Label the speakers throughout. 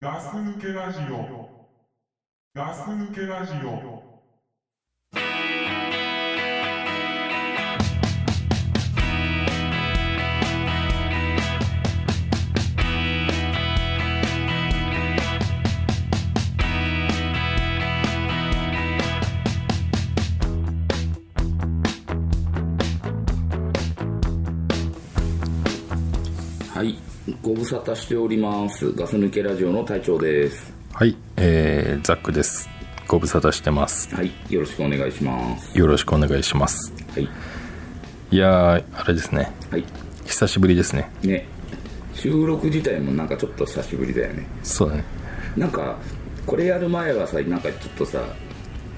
Speaker 1: ガス抜けラジオ。ガス抜けラジオ。
Speaker 2: はい、ご無沙汰しております。ガス抜けラジオの隊長です。
Speaker 3: はい、えー、ザックです。ご無沙汰してます。
Speaker 2: はい、よろしくお願いします。
Speaker 3: よろしくお願いします。
Speaker 2: はい、
Speaker 3: いやー、あれですね。
Speaker 2: はい、
Speaker 3: 久しぶりですね。
Speaker 2: ね、収録自体もなんかちょっと久しぶりだよね。
Speaker 3: そうだね。
Speaker 2: なんか、これやる前はさ、なんかちょっとさ、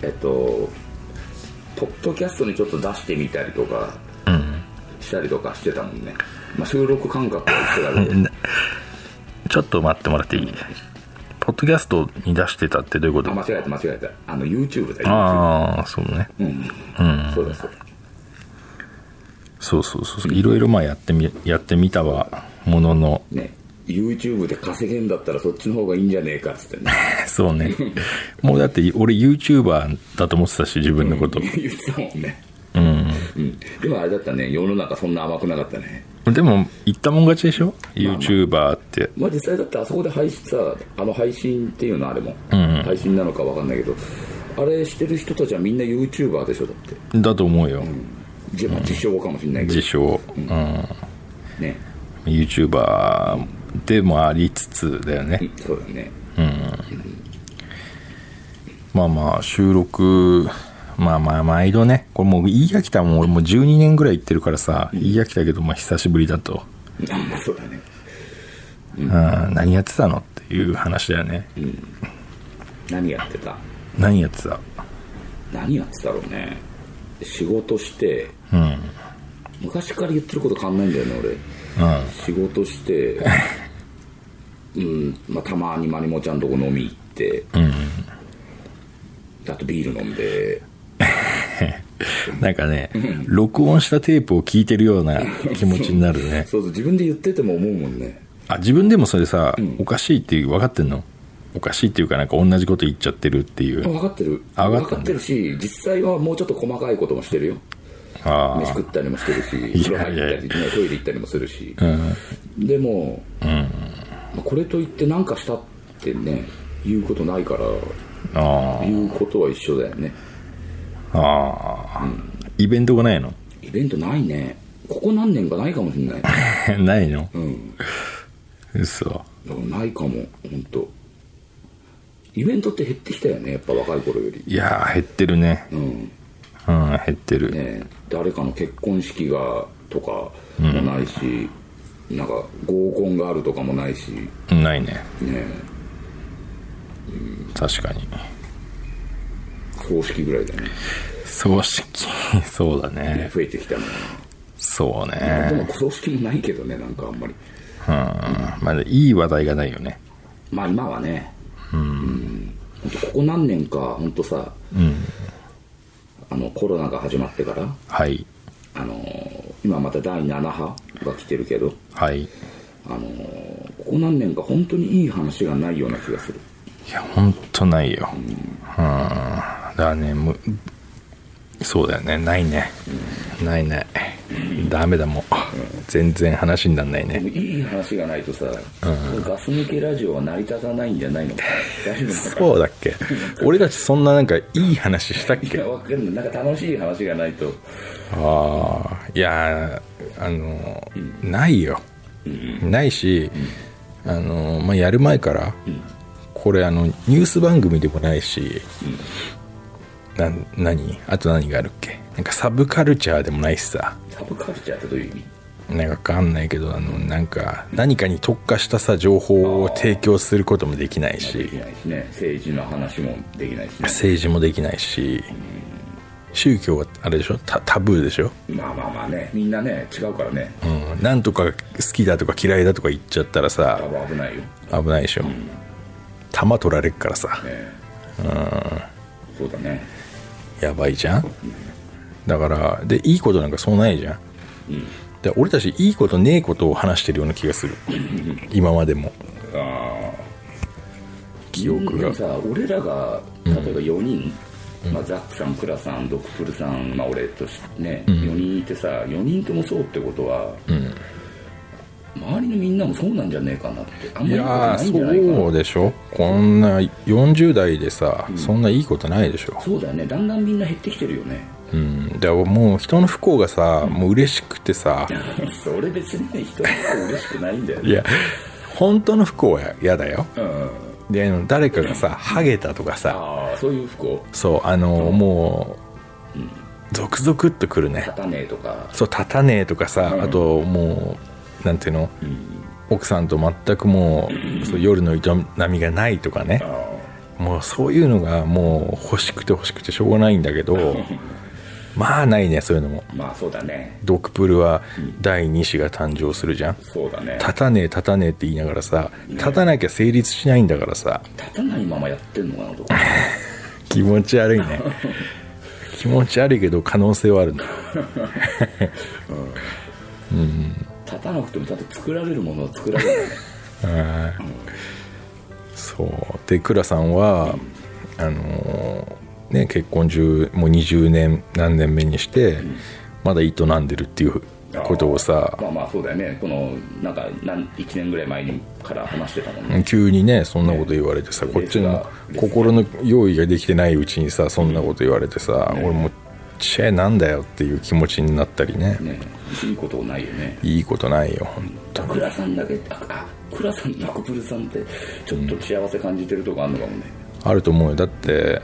Speaker 2: えっと、ポッドキャストにちょっと出してみたりとか、したりとかしてたもんね。まあ、収録感覚は一緒だけど、
Speaker 3: ちょっと待ってもらっていいポッドキャストに出してたってどういうこと
Speaker 2: あ、間違えた間違えた。あの、YouTube だよ。
Speaker 3: ああ、そうね。
Speaker 2: うん、そうだそうだ。
Speaker 3: そうそうそうそう。いろいろまあやってみ、やってみたは、ものの、
Speaker 2: ね、YouTube で稼げんだったらそっちの方がいいんじゃねえかっつって ね。
Speaker 3: そうね。もうだって、俺 YouTuber だと思ってたし、自分のこと。
Speaker 2: 言ってたもんねうん、でもあれだったね世の中そんな甘くなかったね
Speaker 3: でも、言ったもん勝ちでしょ ?YouTuber って。
Speaker 2: まあ実際だってあそこで配信さあの配信っていうのあれも、配信なのかわかんないけどあれしてる人たちはみんな YouTuber でしょだって
Speaker 3: だと思うよ。
Speaker 2: じまあ自称かもしれないけ
Speaker 3: 自
Speaker 2: ど、
Speaker 3: 称。うん
Speaker 2: ね
Speaker 3: YouTuber でもありつつだよね、
Speaker 2: うんそうだね
Speaker 3: まあまあ収録まあまあ毎度ねこれもう言い飽きたもん俺もう12年ぐらい行ってるからさ言い飽きたけどまあ久しぶりだと、
Speaker 2: あまあそうだね
Speaker 3: うん、何やってたのっていう話だよね、
Speaker 2: 何やってた
Speaker 3: 何やってた
Speaker 2: 何やってたろうね仕事して、昔から言ってること変わんないんだよね俺、仕事してうん、まあ、たまにまりもちゃんとこ飲み行って、あとビール飲んで
Speaker 3: なんかね録音したテープを聞いてるような気持ちになる ね
Speaker 2: そうそう自分で言ってても思うもんね
Speaker 3: あ自分でもそれさ、おかしいっていう分かってんのおかしいっていうかなんか同じこと言っちゃってるってい
Speaker 2: あ
Speaker 3: う
Speaker 2: 分かってる
Speaker 3: あ
Speaker 2: 分
Speaker 3: 分かった
Speaker 2: か
Speaker 3: んだ
Speaker 2: ってるし実際はもうちょっと細かいこともしてるよ
Speaker 3: あ
Speaker 2: 飯食ったりもしてるし
Speaker 3: や
Speaker 2: 風呂入ったり、ね、トイレ行ったりもするし、
Speaker 3: あうん
Speaker 2: でも、まあこれといって何かしたってね言うことないから
Speaker 3: ああ
Speaker 2: 言うことは一緒だよね
Speaker 3: ああ、イベントがないの
Speaker 2: イベントないねここ何年かないかもしんない
Speaker 3: ないの
Speaker 2: うん
Speaker 3: 嘘
Speaker 2: でもないかも本当。イベントって減ってきたよねやっぱ若い頃より
Speaker 3: いやー減ってるね
Speaker 2: うん
Speaker 3: うん減ってる、
Speaker 2: ね誰かの結婚式がとかもないし、なんか合コンがあるとかもないしね
Speaker 3: ないね確かに
Speaker 2: 葬式ぐらいだね
Speaker 3: 葬式 そうだね
Speaker 2: 増えてきたの
Speaker 3: そう
Speaker 2: はで
Speaker 3: ね
Speaker 2: も葬式もないけどねなんかあんまり
Speaker 3: うんまだいい話題がないよね
Speaker 2: まあ今はね、うん、ほんとここ何年か本当さ、あのコロナが始まってから、
Speaker 3: はい
Speaker 2: あのー今また第7波が来てるけど、
Speaker 3: はいい
Speaker 2: あのーここ何年か本当にいい話がないような気がする
Speaker 3: やほんとないようんだからねむそうだよねないねないないダメだもう全然話にならない
Speaker 2: で
Speaker 3: ね
Speaker 2: もいい話がないとさ、ガス抜けラジオは成り立たないんじゃないのかな大丈夫なのかな
Speaker 3: そうだっけ俺たちそんななんかいい話したっ
Speaker 2: い
Speaker 3: け
Speaker 2: やわかんないなんか楽しい話がないと
Speaker 3: ああいやーあのーないよ、ないし、あのーまあ、やる前から、これあのニュース番組でもないし、なん何あと何があるっけなんかサブカルチャーでもないしさ
Speaker 2: サブカルチャーってどういう意味
Speaker 3: なんかわかんないけどあのなんか何かに特化したさ情報を提供することもできない
Speaker 2: で
Speaker 3: し
Speaker 2: きないしね政治の話もできないしね
Speaker 3: 政治もできないし、宗教はあれでしょタタブーでしょ
Speaker 2: まあまあまあねみんなね違うからね
Speaker 3: うん、なんとか好きだとか嫌いだとか言っちゃったらさ
Speaker 2: 多分危ないよ、ね
Speaker 3: 危ないでしょ、弾取られっからさ
Speaker 2: えそうだね
Speaker 3: やばいじゃんだからでいいことなんかそうないじゃん、で俺たちいいことねえことを話してるような気がする今までも
Speaker 2: あ
Speaker 3: 記憶
Speaker 2: で
Speaker 3: が
Speaker 2: もさ俺らが例えば4人、まあ、ザックさんクラさんドクプルさん、まあ、俺としね、4人いてさ4人ともそうってことは、周りのみんなもそうなんじゃねえかなってあん
Speaker 3: い
Speaker 2: まりいいこと
Speaker 3: や
Speaker 2: ないんじゃないか
Speaker 3: ー
Speaker 2: な
Speaker 3: そうでしょこんな40代でさ、そんないいことないでしょ、
Speaker 2: そうだよねだんだんみんな減ってきてるよね
Speaker 3: うん、だからもう人の不幸がさ、もう嬉しくてさ
Speaker 2: それ別にね人の方嬉しくないんだよ
Speaker 3: い
Speaker 2: ね
Speaker 3: や本当の不幸は嫌だよ
Speaker 2: うん
Speaker 3: であの誰かがさハゲたとかさ
Speaker 2: ああそういう不幸
Speaker 3: そうあの、もうゾクゾクっとくるね
Speaker 2: 立たねえとか
Speaker 3: そう立たねえとかさ、
Speaker 2: うん
Speaker 3: あともうなんていうの、奥さんと全くもう,、そう夜の営みがないとかね
Speaker 2: ああ
Speaker 3: もうそういうのがもう欲しくて欲しくてしょうがないんだけどまあないねそういうのも
Speaker 2: まあそうだね
Speaker 3: ドクプルは第2子が誕生するじゃん
Speaker 2: そうだね
Speaker 3: 立たねえ立たねえって言いながらさ立たなきゃ成立しないんだからさ
Speaker 2: 立たないままやってんのかなとか
Speaker 3: 気持ち悪い ね気持ち悪いけど可能性はあるんだ
Speaker 2: 立たなくてもだって作られるものは作られるよね
Speaker 3: そうで倉さんはあのーね結婚中もう20年何年目にしてまだ営んでるっていうことをさ
Speaker 2: まあまあそうだよねこのなんかなん1年ぐらい前にから話してたもんね
Speaker 3: 急にねそんなこと言われてさ、こっちの心の用意ができてないうちにさそんなこと言われてさ、俺もチェなんだよっていう気持ちになったりね
Speaker 2: ねいいことないよね
Speaker 3: いいことないよ本当に
Speaker 2: 倉さんだけああ倉さんナコプルさんってちょっと幸せ感じてるとこあんのかもね、
Speaker 3: あると思うよだって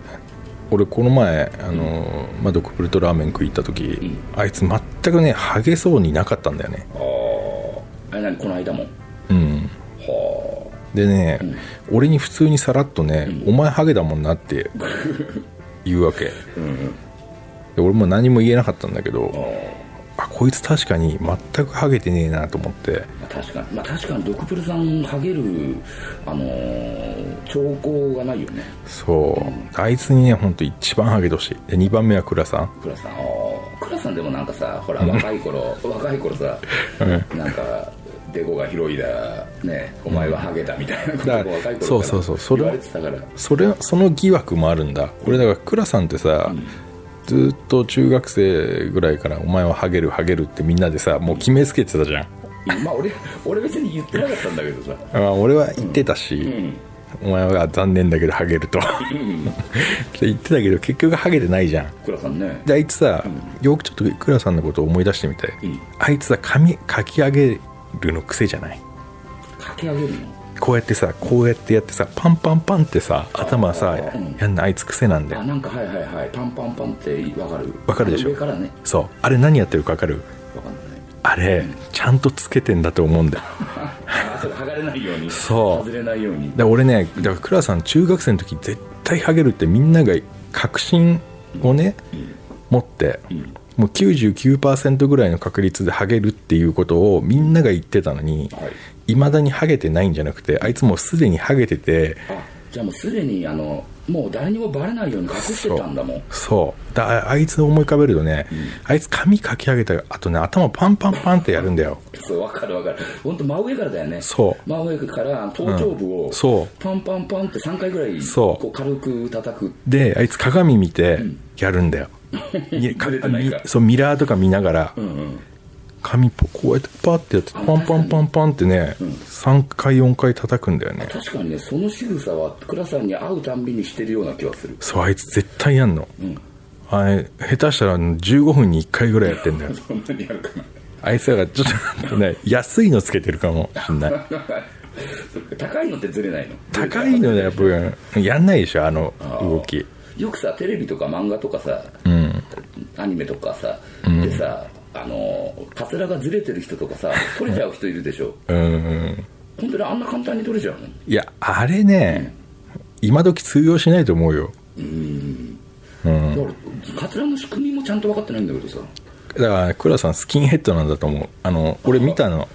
Speaker 3: 俺この前あの、まあ、ドクプルとラーメン食い行った時、あいつ全くねハゲそうになかったんだよね
Speaker 2: あれ何この間も
Speaker 3: うん
Speaker 2: は
Speaker 3: でね、俺に普通にさらっとね、お前ハゲだもんな って言うわけ、で俺も何も言えなかったんだけど、
Speaker 2: あ
Speaker 3: あこいつ確かに全くハゲてねえなと思って
Speaker 2: まあ確かに、まあ、確かにドクプルさんハゲるあのー兆候がないよね
Speaker 3: そうあいつにねほんと一番ハゲてほしいで2番目は倉さん
Speaker 2: 倉さんあー倉さんでもなんかさ ほら若い頃若い頃さ、なんかデコが広いだねお前はハゲだみたいなこと
Speaker 3: だ
Speaker 2: を若い頃から
Speaker 3: そうそうそうそれ
Speaker 2: 言われてたから
Speaker 3: それその疑惑もあるんだ俺だから倉さんってさ、ずーっと中学生ぐらいから「お前はハゲるハゲる」ってみんなでさもう決めつけてたじゃん、
Speaker 2: まあ俺俺別に言ってなかったんだけどさ
Speaker 3: まあ、俺は言ってたし、お前は残念だけどハゲるとって言ってたけど結局ハゲてないじゃん
Speaker 2: 倉さんね
Speaker 3: であいつさ、よくちょっと倉さんのことを思い出してみて、
Speaker 2: ん
Speaker 3: あいつさ髪かき上げるの癖じゃない
Speaker 2: かき上げるの
Speaker 3: こうやってさこうやってやってさパンパンパンってさ頭さ
Speaker 2: うん
Speaker 3: やんのあいつ癖なんだ
Speaker 2: あ
Speaker 3: よ
Speaker 2: なんかはいはいはいパンパンパンってわかる
Speaker 3: わかるでしょ
Speaker 2: 上からね
Speaker 3: そうあれ何やってるか分かる
Speaker 2: わかんない
Speaker 3: あれちゃんとつけてんだと思うんだよ
Speaker 2: あそれ剥がれないように
Speaker 3: そう
Speaker 2: 外れないように
Speaker 3: で俺ねだから倉さん中学生の時絶対ハゲるってみんなが確信をね、持って、もう99%ぐらいの確率でハゲるっていうことをみんなが言ってたのに、
Speaker 2: はい
Speaker 3: いまだにハゲてないんじゃなくてあいつもうすでにハゲてて
Speaker 2: あじゃあもうすでにあのもう誰にもバレないように隠してたんだもん
Speaker 3: そうだああいつを思い浮かべるとね、あいつ髪かき上げたあとね頭パンパンパンってやるんだよ
Speaker 2: そうわかるわかる本当真上からだよね
Speaker 3: そう
Speaker 2: 真上から頭頂部
Speaker 3: う
Speaker 2: を
Speaker 3: んそう
Speaker 2: パンパンパンって3回ぐらい
Speaker 3: そう
Speaker 2: こう軽く叩く
Speaker 3: であいつ鏡見てやる んだよ、みか
Speaker 2: ずれてないか
Speaker 3: みそうミラーとか見ながら、
Speaker 2: うんうん
Speaker 3: 紙ポこうやってパーってやってパンパンパンパンってね、3回4回叩くんだよね
Speaker 2: 確かにねその仕草は倉さんに会うたんびにしてるような気はする
Speaker 3: そうあいつ絶対やんの、
Speaker 2: ん
Speaker 3: あれ下手したら15分に1回ぐらいやってんだよ
Speaker 2: そんなにやるかな
Speaker 3: あいつらがちょっとね安いのつけてるかもしんない
Speaker 2: そっか高いのってずれないの
Speaker 3: 高いのねやっぱやんないでしょあの動き
Speaker 2: よくさテレビとか漫画とかさ、アニメとかさ、でさあのカツラがずれてる人とかさ取れちゃう人いるでしょ
Speaker 3: うん
Speaker 2: 本当にあんな簡単に取れちゃうの
Speaker 3: いやあれね、今時通用しないと思うよ
Speaker 2: だからカツラの仕組みもちゃんと分かってないんだけどさ
Speaker 3: だから倉さんスキンヘッドなんだと思うあの俺見たの、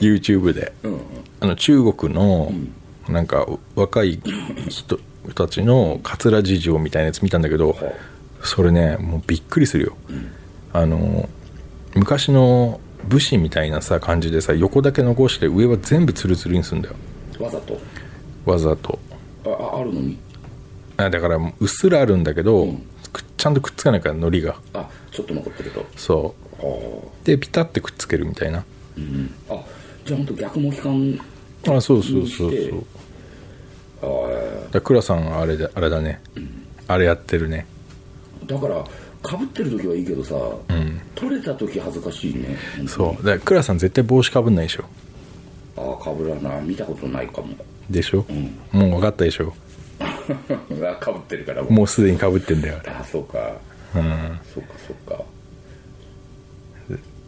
Speaker 3: YouTube で、あの中国のなんか若い人たちのカツラ事情みたいなやつ見たんだけど、それねもうびっくりするよ、あの昔の武士みたいなさ感じでさ横だけ残して上は全部ツルツルにするんだよ
Speaker 2: わざと
Speaker 3: わざと
Speaker 2: あああるのに
Speaker 3: あだからうっすらあるんだけど、
Speaker 2: ん
Speaker 3: くちゃんとくっつかないから海苔が
Speaker 2: あちょっと残ってると
Speaker 3: そう
Speaker 2: あー
Speaker 3: でピタってくっつけるみたいな
Speaker 2: うんあじゃあ本当逆も期間
Speaker 3: あそうそうそう
Speaker 2: にして
Speaker 3: そうだ倉さんあれだあれだね、あれやってるね
Speaker 2: だからかぶってる時はいいけどさ、取れた時恥ずかしいね
Speaker 3: そうだ倉さん絶対帽子かぶんないでしょ
Speaker 2: ああかぶらない見たことないかも
Speaker 3: でしょ、もう分かったでしょ
Speaker 2: あかぶってるからもう
Speaker 3: もうすでにかぶってんだよあれ
Speaker 2: ああそうか
Speaker 3: うん
Speaker 2: そうかそうか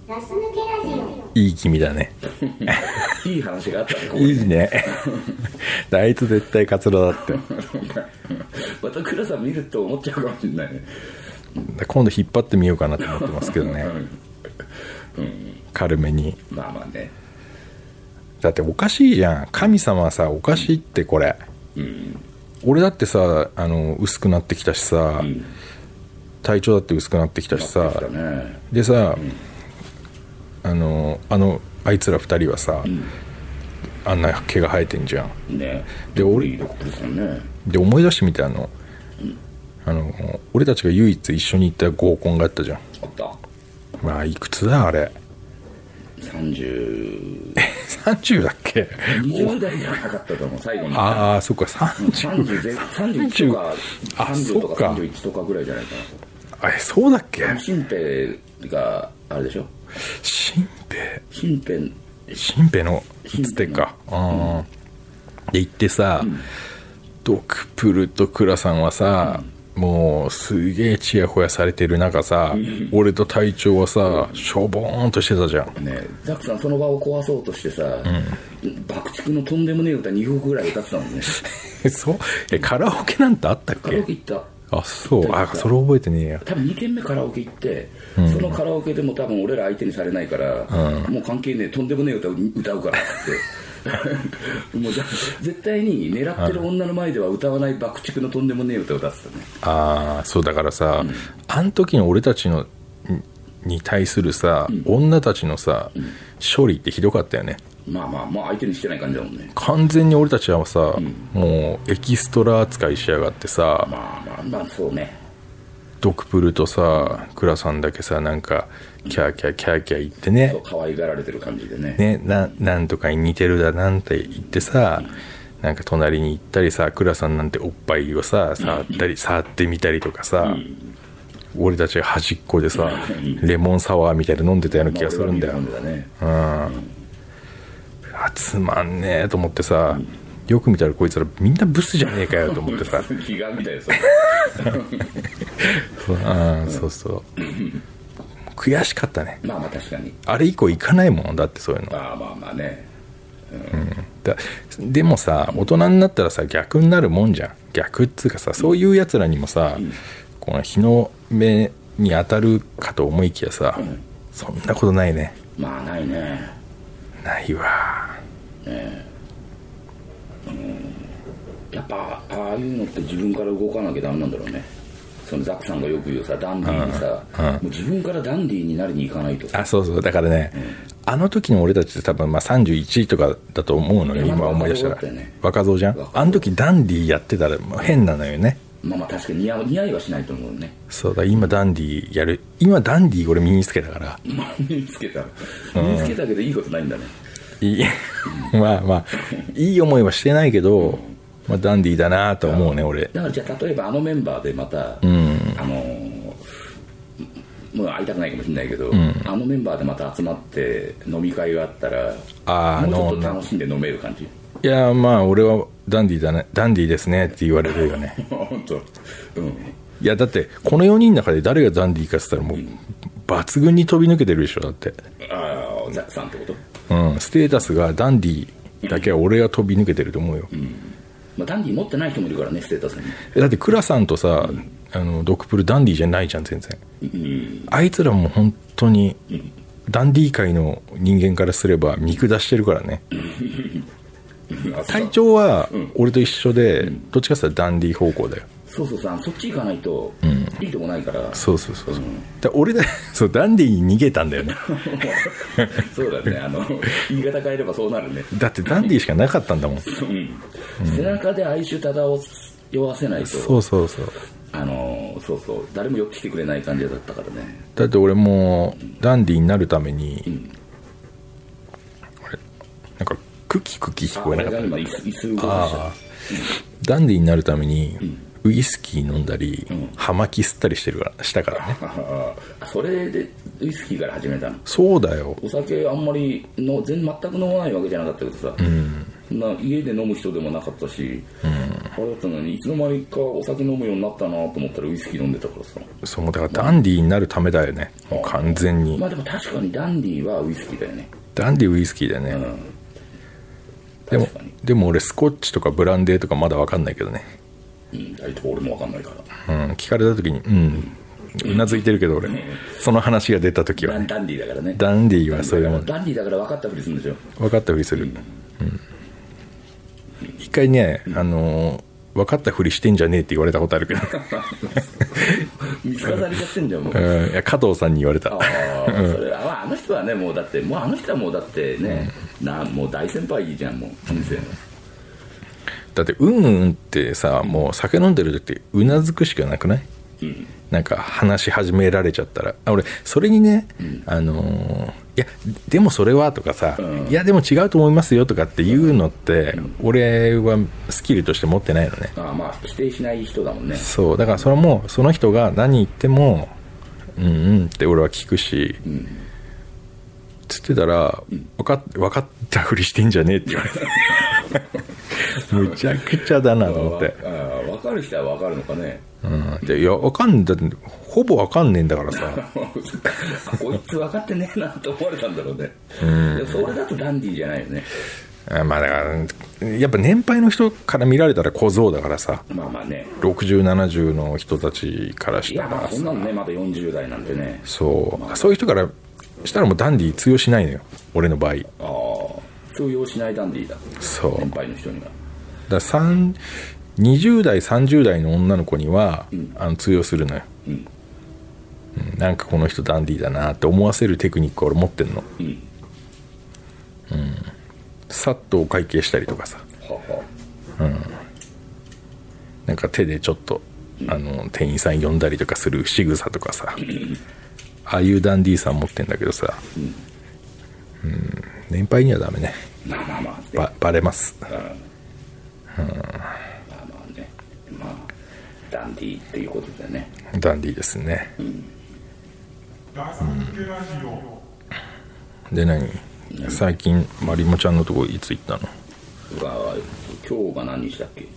Speaker 4: ガス抜けラジオ
Speaker 3: いい気味だね
Speaker 2: いい話があったねここで
Speaker 3: いい ねあいつ絶対カツラだって
Speaker 2: また倉さん見ると思っちゃうかもしれないね
Speaker 3: 今度引っ張ってみようかなと思ってますけどね、軽めに
Speaker 2: まあまあね
Speaker 3: だっておかしいじゃん神様はさおかしいってこれ、俺だってさあの薄くなってきたしさ、体調だって薄くなってきたし
Speaker 2: な
Speaker 3: さ
Speaker 2: ってきたね
Speaker 3: でさ、あのあのあいつら二人はさ、あんな毛が生えてんじゃん
Speaker 2: ね
Speaker 3: で俺
Speaker 2: いいことですよね
Speaker 3: で思い出してみてあの,、あの俺たちが唯一一緒に行った合コンがあったじゃん
Speaker 2: あった
Speaker 3: まあいくつだあれ
Speaker 2: 3020
Speaker 3: 30だっけ
Speaker 2: 代じゃなかったと思う最後に
Speaker 3: ああそっか30
Speaker 2: 30で31とか
Speaker 3: あ
Speaker 2: 30と
Speaker 3: そ
Speaker 2: か
Speaker 3: っか
Speaker 2: 31とかぐらいじゃないか
Speaker 3: あれそうだっけ
Speaker 2: な新兵があれでしょ
Speaker 3: 新兵
Speaker 2: 新兵
Speaker 3: 新兵のつてかああで行ってさ、ドクプルとクラさんはさ、もうすげえチヤホヤされてる中さ、俺と隊長はさしょぼーんとしてたじゃん
Speaker 2: ねザックさんその場を壊そうとしてさ、爆竹のとんでもねえ歌2曲ぐらい歌ってたもんね
Speaker 3: え そうえカラオケなんてあったっ
Speaker 2: カラオケ
Speaker 3: け
Speaker 2: 行った
Speaker 3: あそうあそれ覚えてねえや
Speaker 2: 多分2軒目カラオケ行って、そのカラオケでも多分俺ら相手にされないから、もう関係ねえとんでもねえ歌う歌うからって もうじゃ絶対に狙ってる女の前では歌わない爆竹のとんでもねえ歌を歌ってたね
Speaker 3: ああそうだからさ、あん時の俺たちのにに対するさ、女たちのさ、処理ってひどかったよね
Speaker 2: まあまあまあ相手にしてない感じだもんね
Speaker 3: 完全に俺たちはさ、もうエキストラ扱いしやがってさ、
Speaker 2: まあまあまあそうね
Speaker 3: ドクプルとさクラさんだけさなんかキャーキャーキャーキャー言ってね
Speaker 2: そう可愛がられてる感じでね
Speaker 3: ねななんとかに似てるだなんて言ってさ、なんか隣に行ったりさクラさんなんておっぱいをさ触ったり触ってみたりとかさ、俺たちが端っこでさレモンサワーみたいなの飲んでたような気がするんだよ、
Speaker 2: まあ俺は見る感じだね
Speaker 3: あつまんねえと思ってさ、よく見たらこいつらみんなブスじゃねえかよと思ってさ
Speaker 2: 気がみたいですよ
Speaker 3: うん、そうそう悔しかったね
Speaker 2: まあまあ確かに
Speaker 3: あれ以降行かないもんだってそういうの
Speaker 2: まあまあまあね
Speaker 3: だでもさ大人になったらさ逆になるもんじゃん逆っつうかさそういうやつらにもさ、この日の目に当たるかと思いきやさ、そんなことないね
Speaker 2: まあないね
Speaker 3: ないわ
Speaker 2: やっぱああいうのって自分から動かなきゃダメなんだろうねそのザックさんがよく言うさダンディーにさ、もう自分からダンディーになりに行かないとさ
Speaker 3: あそうそうだからね、あの時の俺たちって多分まあ31位とかだと思うのよ
Speaker 2: いや
Speaker 3: 今思い出したら
Speaker 2: 若造だったよね
Speaker 3: 若造じゃん
Speaker 2: 若造
Speaker 3: あの時ダンディやってたらまあ変なのよね
Speaker 2: まあまあ確かに似合う似合いはしないと思うね
Speaker 3: そうだ今ダンディやる今ダンディ俺身につけたから
Speaker 2: 身につけた身につけたけどいいことないんだね
Speaker 3: いい まあまあいい思いはしてないけど、まあ、ダンディーだなとは思うね俺
Speaker 2: だからじゃあ例えばあのメンバーでまた、あのーもう会いたくないかもしれないけど、あのメンバーでまた集まって飲み会があったら
Speaker 3: あー
Speaker 2: もうちょっと
Speaker 3: 飲んだ
Speaker 2: 楽しんで飲める感じ
Speaker 3: いやまあ俺はダンディーだねダンディーですねって言われるよね
Speaker 2: 本当うん
Speaker 3: いやだってこの4人の中で誰がダンディーかっつったらもう抜群に飛び抜けてるでしょだって
Speaker 2: ああザックさんってこと
Speaker 3: うんステータスがダンディーだけは俺が飛び抜けてると思うよ、
Speaker 2: まあ、ダンディ持ってない人もいるからね、ステータスに。
Speaker 3: えだってクラさんとさ、あのドクプルダンディーじゃないじゃん全然、あいつらも本当に、ダンディー界の人間からすれば見下してるから ね、体調は俺と一緒で、どっちかって言ったらダンディー方向だよ
Speaker 2: そうそうさ、そっち行かないと、いいとこないから
Speaker 3: そうそうそうそうだ俺だ そうダンディに逃げたんだよね
Speaker 2: そうだねあの言い方変えればそうなるね、
Speaker 3: だってダンディしかなかったんだもん
Speaker 2: うん、背中で哀愁漂を酔わせない
Speaker 3: そ
Speaker 2: と
Speaker 3: うそうそう
Speaker 2: あのそうそう誰も寄ってきてくれない感じだったからね
Speaker 3: だって俺もうダンディになるために、あれなんかクキクキ聞こえなか
Speaker 2: あ
Speaker 3: った
Speaker 2: 俺が今椅子椅子動かした
Speaker 3: ああダンディになるために、ウイスキー飲んだり、
Speaker 2: ん
Speaker 3: 葉巻吸ったりしてるからしたからね
Speaker 2: ああそれでウイスキーから始めたの
Speaker 3: そうだよ
Speaker 2: お酒あんまりの全全く飲まないわけじゃなかったけどさ、そんな家で飲む人でもなかったし、あれだったのにいつの間にかお酒飲むようになったなと思ったらウイスキー飲んでたからさ
Speaker 3: そうだからダンディになるためだよねもう完全に
Speaker 2: まあでも確かにダンディはウイスキーだよね
Speaker 3: ダンディウイスキーだよね、
Speaker 2: うん
Speaker 3: でも
Speaker 2: 確かに
Speaker 3: でも俺スコッチとかブランデーとかまだ分かんないけどね、
Speaker 2: うん大体俺もわかんないから
Speaker 3: うん、聞かれた時にうんうなずいてるけど俺その話が出た時は
Speaker 2: ダン
Speaker 3: ね
Speaker 2: ダンディだからね
Speaker 3: ダンディはそういうもん
Speaker 2: ダンディだから分かったふりするんでしょ
Speaker 3: 分かったふりする、うん、一回ね、あのー分かったふりしてんじゃねえって言われたことあるけど、
Speaker 2: 見つかされちゃってんじゃんもう
Speaker 3: うん、いや加藤さんに言われた
Speaker 2: ああそれあまああの人はねもうだってもうあの人はもうだってね、なもう大先輩じゃんもう人生の
Speaker 3: だってうんうんってさもう酒飲んでる時ってうなずくしかなくない、なんか話し始められちゃったらあ俺それにね、あのーいやでもそれはとかさ、いやでも違うと思いますよとかっていうのって、俺はスキルとして持ってないのね
Speaker 2: ああまあ否定しない人だもんね
Speaker 3: そうだからそれはもうその人が何言ってもうんうんって俺は聞くし、つってたら分かっ分かったふりしてんじゃねえって言われたむちゃくちゃだなと思って
Speaker 2: ああ分かる人は分かるのかね
Speaker 3: うんでいやわかんだってほぼわかんねえんだからさ
Speaker 2: あこいつ分かってねえなって思われたんだろうね、でもそれだとダンディーじゃないよね
Speaker 3: あまあだからやっぱ年配の人から見られたら小僧だからさ
Speaker 2: まあまあね
Speaker 3: 6070の人たちからし
Speaker 2: い
Speaker 3: た
Speaker 2: やまあ
Speaker 3: ら
Speaker 2: そんなのねまだ40代なんてね
Speaker 3: そうそういう人からしたらもうダンディ通用しないのよ俺の場合
Speaker 2: ああ通用しないダンディーだ
Speaker 3: そう
Speaker 2: 先輩の人には
Speaker 3: だから3 20代30代の女の子には、あの通用するのよ、うんなんかこの人ダンディーだなって思わせるテクニックを俺持ってん
Speaker 2: ん
Speaker 3: の、うんさっとお会計したりとかさ
Speaker 2: はは
Speaker 3: なんか手でちょっと、あの店員さん呼んだりとかする仕草とかさ、ああいうダンディーさん持ってんだけどさ、うん、年配にはダメね
Speaker 2: まあまあまあ
Speaker 3: ばバレます
Speaker 2: まあまあねまあダンディーっていうことでね
Speaker 3: ダンディーですね
Speaker 1: ガス抜けラジオ。
Speaker 3: で何最近まりもちゃんのとこいつ行ったの
Speaker 2: 僕は今日が何日だっけ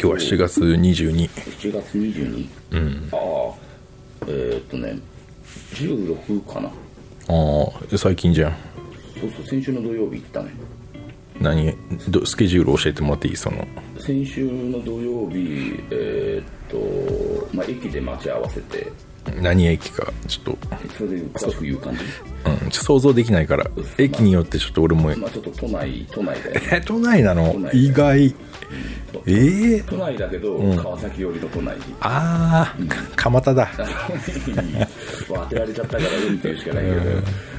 Speaker 3: 今日は7月22
Speaker 2: 7月22日、うん、ああえーっとね16かな
Speaker 3: ああ最近じゃん
Speaker 2: そうそう先週の土曜日行ったね
Speaker 3: 何どスケジュール教えてもらっていいその
Speaker 2: 先週の土曜日えーっとまあ駅で待ち合わせて
Speaker 3: 何駅かちょっ
Speaker 2: それで詳しく言う感じ
Speaker 3: と、うん、ちょ想像できないから駅によってちょっと俺も
Speaker 2: まあちょっと都内都内だよね
Speaker 3: え都内なの
Speaker 2: 都内
Speaker 3: 意外ええ
Speaker 2: 都内だけど、川崎寄りの都内
Speaker 3: ああか蒲田だ
Speaker 2: 当てられちゃったからうんっていうしかないけど、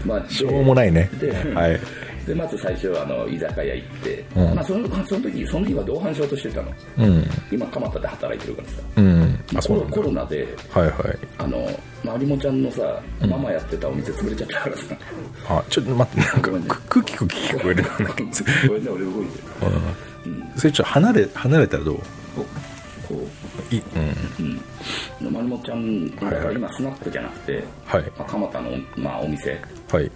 Speaker 2: まあで
Speaker 3: しょうもないね
Speaker 2: で
Speaker 3: はい
Speaker 2: でまず最初はあの居酒屋行って、まあ、そのその時その時は同伴しようとしてたの、今蒲田で働いてるからさ、
Speaker 3: うんあそう
Speaker 2: コロ
Speaker 3: なん
Speaker 2: コ
Speaker 3: だ
Speaker 2: ロナで
Speaker 3: はいはい
Speaker 2: あのまりもちゃんのさママやってたお店潰れちゃったから さ、
Speaker 3: あちょっと待ってなん
Speaker 2: ご
Speaker 3: か
Speaker 2: めんね
Speaker 3: ククキクキ聞こえるなんだけど
Speaker 2: これね俺動いてる
Speaker 3: それちょっと離れ離れたらどう
Speaker 2: こうこ
Speaker 3: いうん
Speaker 2: うまりもちゃんだから今スナックじゃなくて、
Speaker 3: はい
Speaker 2: まあ蒲田の、まあ、お店
Speaker 3: はい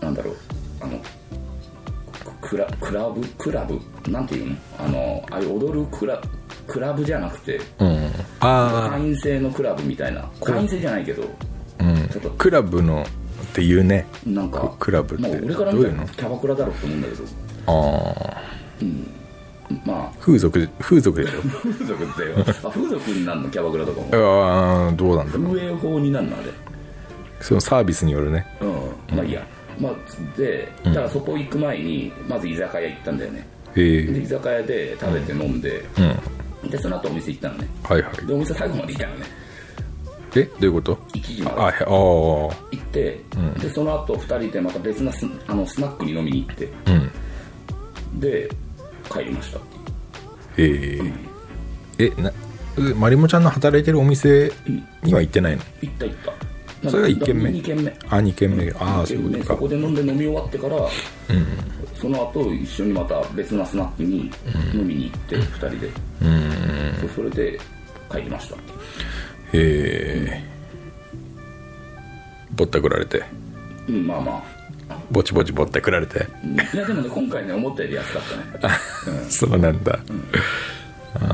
Speaker 2: なんだろうあのククラクラブクラブなんていうのあのああいう踊るクラクラブじゃなくて
Speaker 3: うんあ
Speaker 2: 会員制のクラブみたいな会員制じゃないけど
Speaker 3: あうん
Speaker 2: ちょっと
Speaker 3: クラブのっていうね
Speaker 2: なんか
Speaker 3: ククラブって
Speaker 2: まあ、俺から見
Speaker 3: どう
Speaker 2: た
Speaker 3: いうの
Speaker 2: らキャバクラだろうと思うんだけど
Speaker 3: ああ
Speaker 2: まあ
Speaker 3: 風俗 風俗でし
Speaker 2: 風俗ってよあ風俗になるのキャバクラとかも
Speaker 3: ょああどうなんだろ
Speaker 2: 風営法になるのあれ
Speaker 3: うそのサービスによるね
Speaker 2: うんまあいいやまあでだからそこ行く前にまず居酒屋行ったんだよね
Speaker 3: ええ
Speaker 2: で居酒屋で食べて飲んで、
Speaker 3: うん
Speaker 2: でその後お店行ったのね
Speaker 3: はいはい
Speaker 2: でお店最後まで行ったのね
Speaker 3: えどういうこと
Speaker 2: 1時ま
Speaker 3: あ
Speaker 2: で
Speaker 3: ああー
Speaker 2: 行って、でその後二2人でまた別なスあのスナックに飲みに行って
Speaker 3: うん
Speaker 2: で帰りました
Speaker 3: えー、えなえまりもちゃんの働いてるお店には行ってないの
Speaker 2: 行った行った
Speaker 3: それが一軒目
Speaker 2: 2軒目
Speaker 3: あ二2軒目ああ
Speaker 2: 二
Speaker 3: そう
Speaker 2: 軒目
Speaker 3: いうこと
Speaker 2: そこ
Speaker 3: か
Speaker 2: で飲んで飲み終わってから、その後一緒にまた別なスナックに飲みに行って、二2人で、そうそれで帰りました
Speaker 3: えー、ぼったくられて
Speaker 2: うんまあま
Speaker 3: ぼちぼちぼったくられて
Speaker 2: あいやでも ね今回ね思ったより安かったね
Speaker 3: そうなんだ、
Speaker 2: とりあえず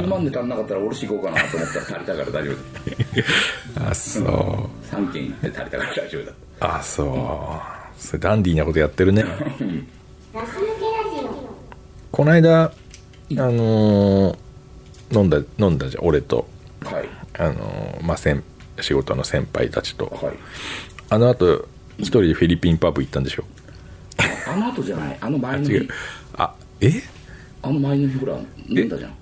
Speaker 2: 10万で足んなかったら俺し行こうかなと思ったら足りたから大丈夫だっ
Speaker 3: あそう
Speaker 2: た3軒行って足りたから大丈夫だっ
Speaker 3: あそうそれダンディーなことやってるね
Speaker 4: ガス抜けラジオ。
Speaker 3: こないだあのー飲んだ飲んだじゃん俺と
Speaker 2: たはい
Speaker 3: あのーまあ先仕事の先輩たちと、
Speaker 2: はい
Speaker 3: あのあと一人でフィリピンパブ行ったんでしょ
Speaker 2: あの後じゃないあの前の
Speaker 3: 違
Speaker 2: 日
Speaker 3: うあえ
Speaker 2: あの前の日ほら飲んだじゃん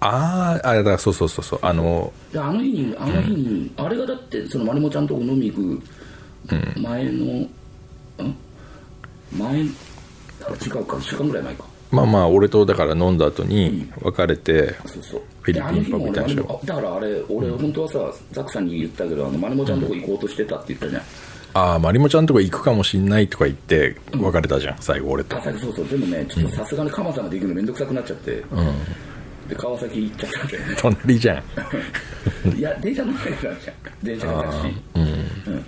Speaker 3: あーあだからそうそうそうそうあの
Speaker 2: であの日にあの日に、あれがだってそのまりもちゃんとこ飲み行く前の、ん、前あ違うか1週間ぐらい前か
Speaker 3: まあまあ俺とだから飲んだ後に別れて、
Speaker 2: そうそう
Speaker 3: フィリピンパブ行ったんでしょ
Speaker 2: ょだからあれ俺本当はさザクさんに言ったけどあのまりもちゃんとこ行こうとしてたって言ったじゃん、
Speaker 3: ああまりもちゃんとこ行くかもしんないとか言って別れたじゃん最後俺と
Speaker 2: あさそうそうでもねちょっとさすがに鎌さんができるのめんどくさくなっちゃって、で川崎行っちゃったんだよね
Speaker 3: 隣じゃん
Speaker 2: いや電車乗ってなくなっちゃう電車がタクシー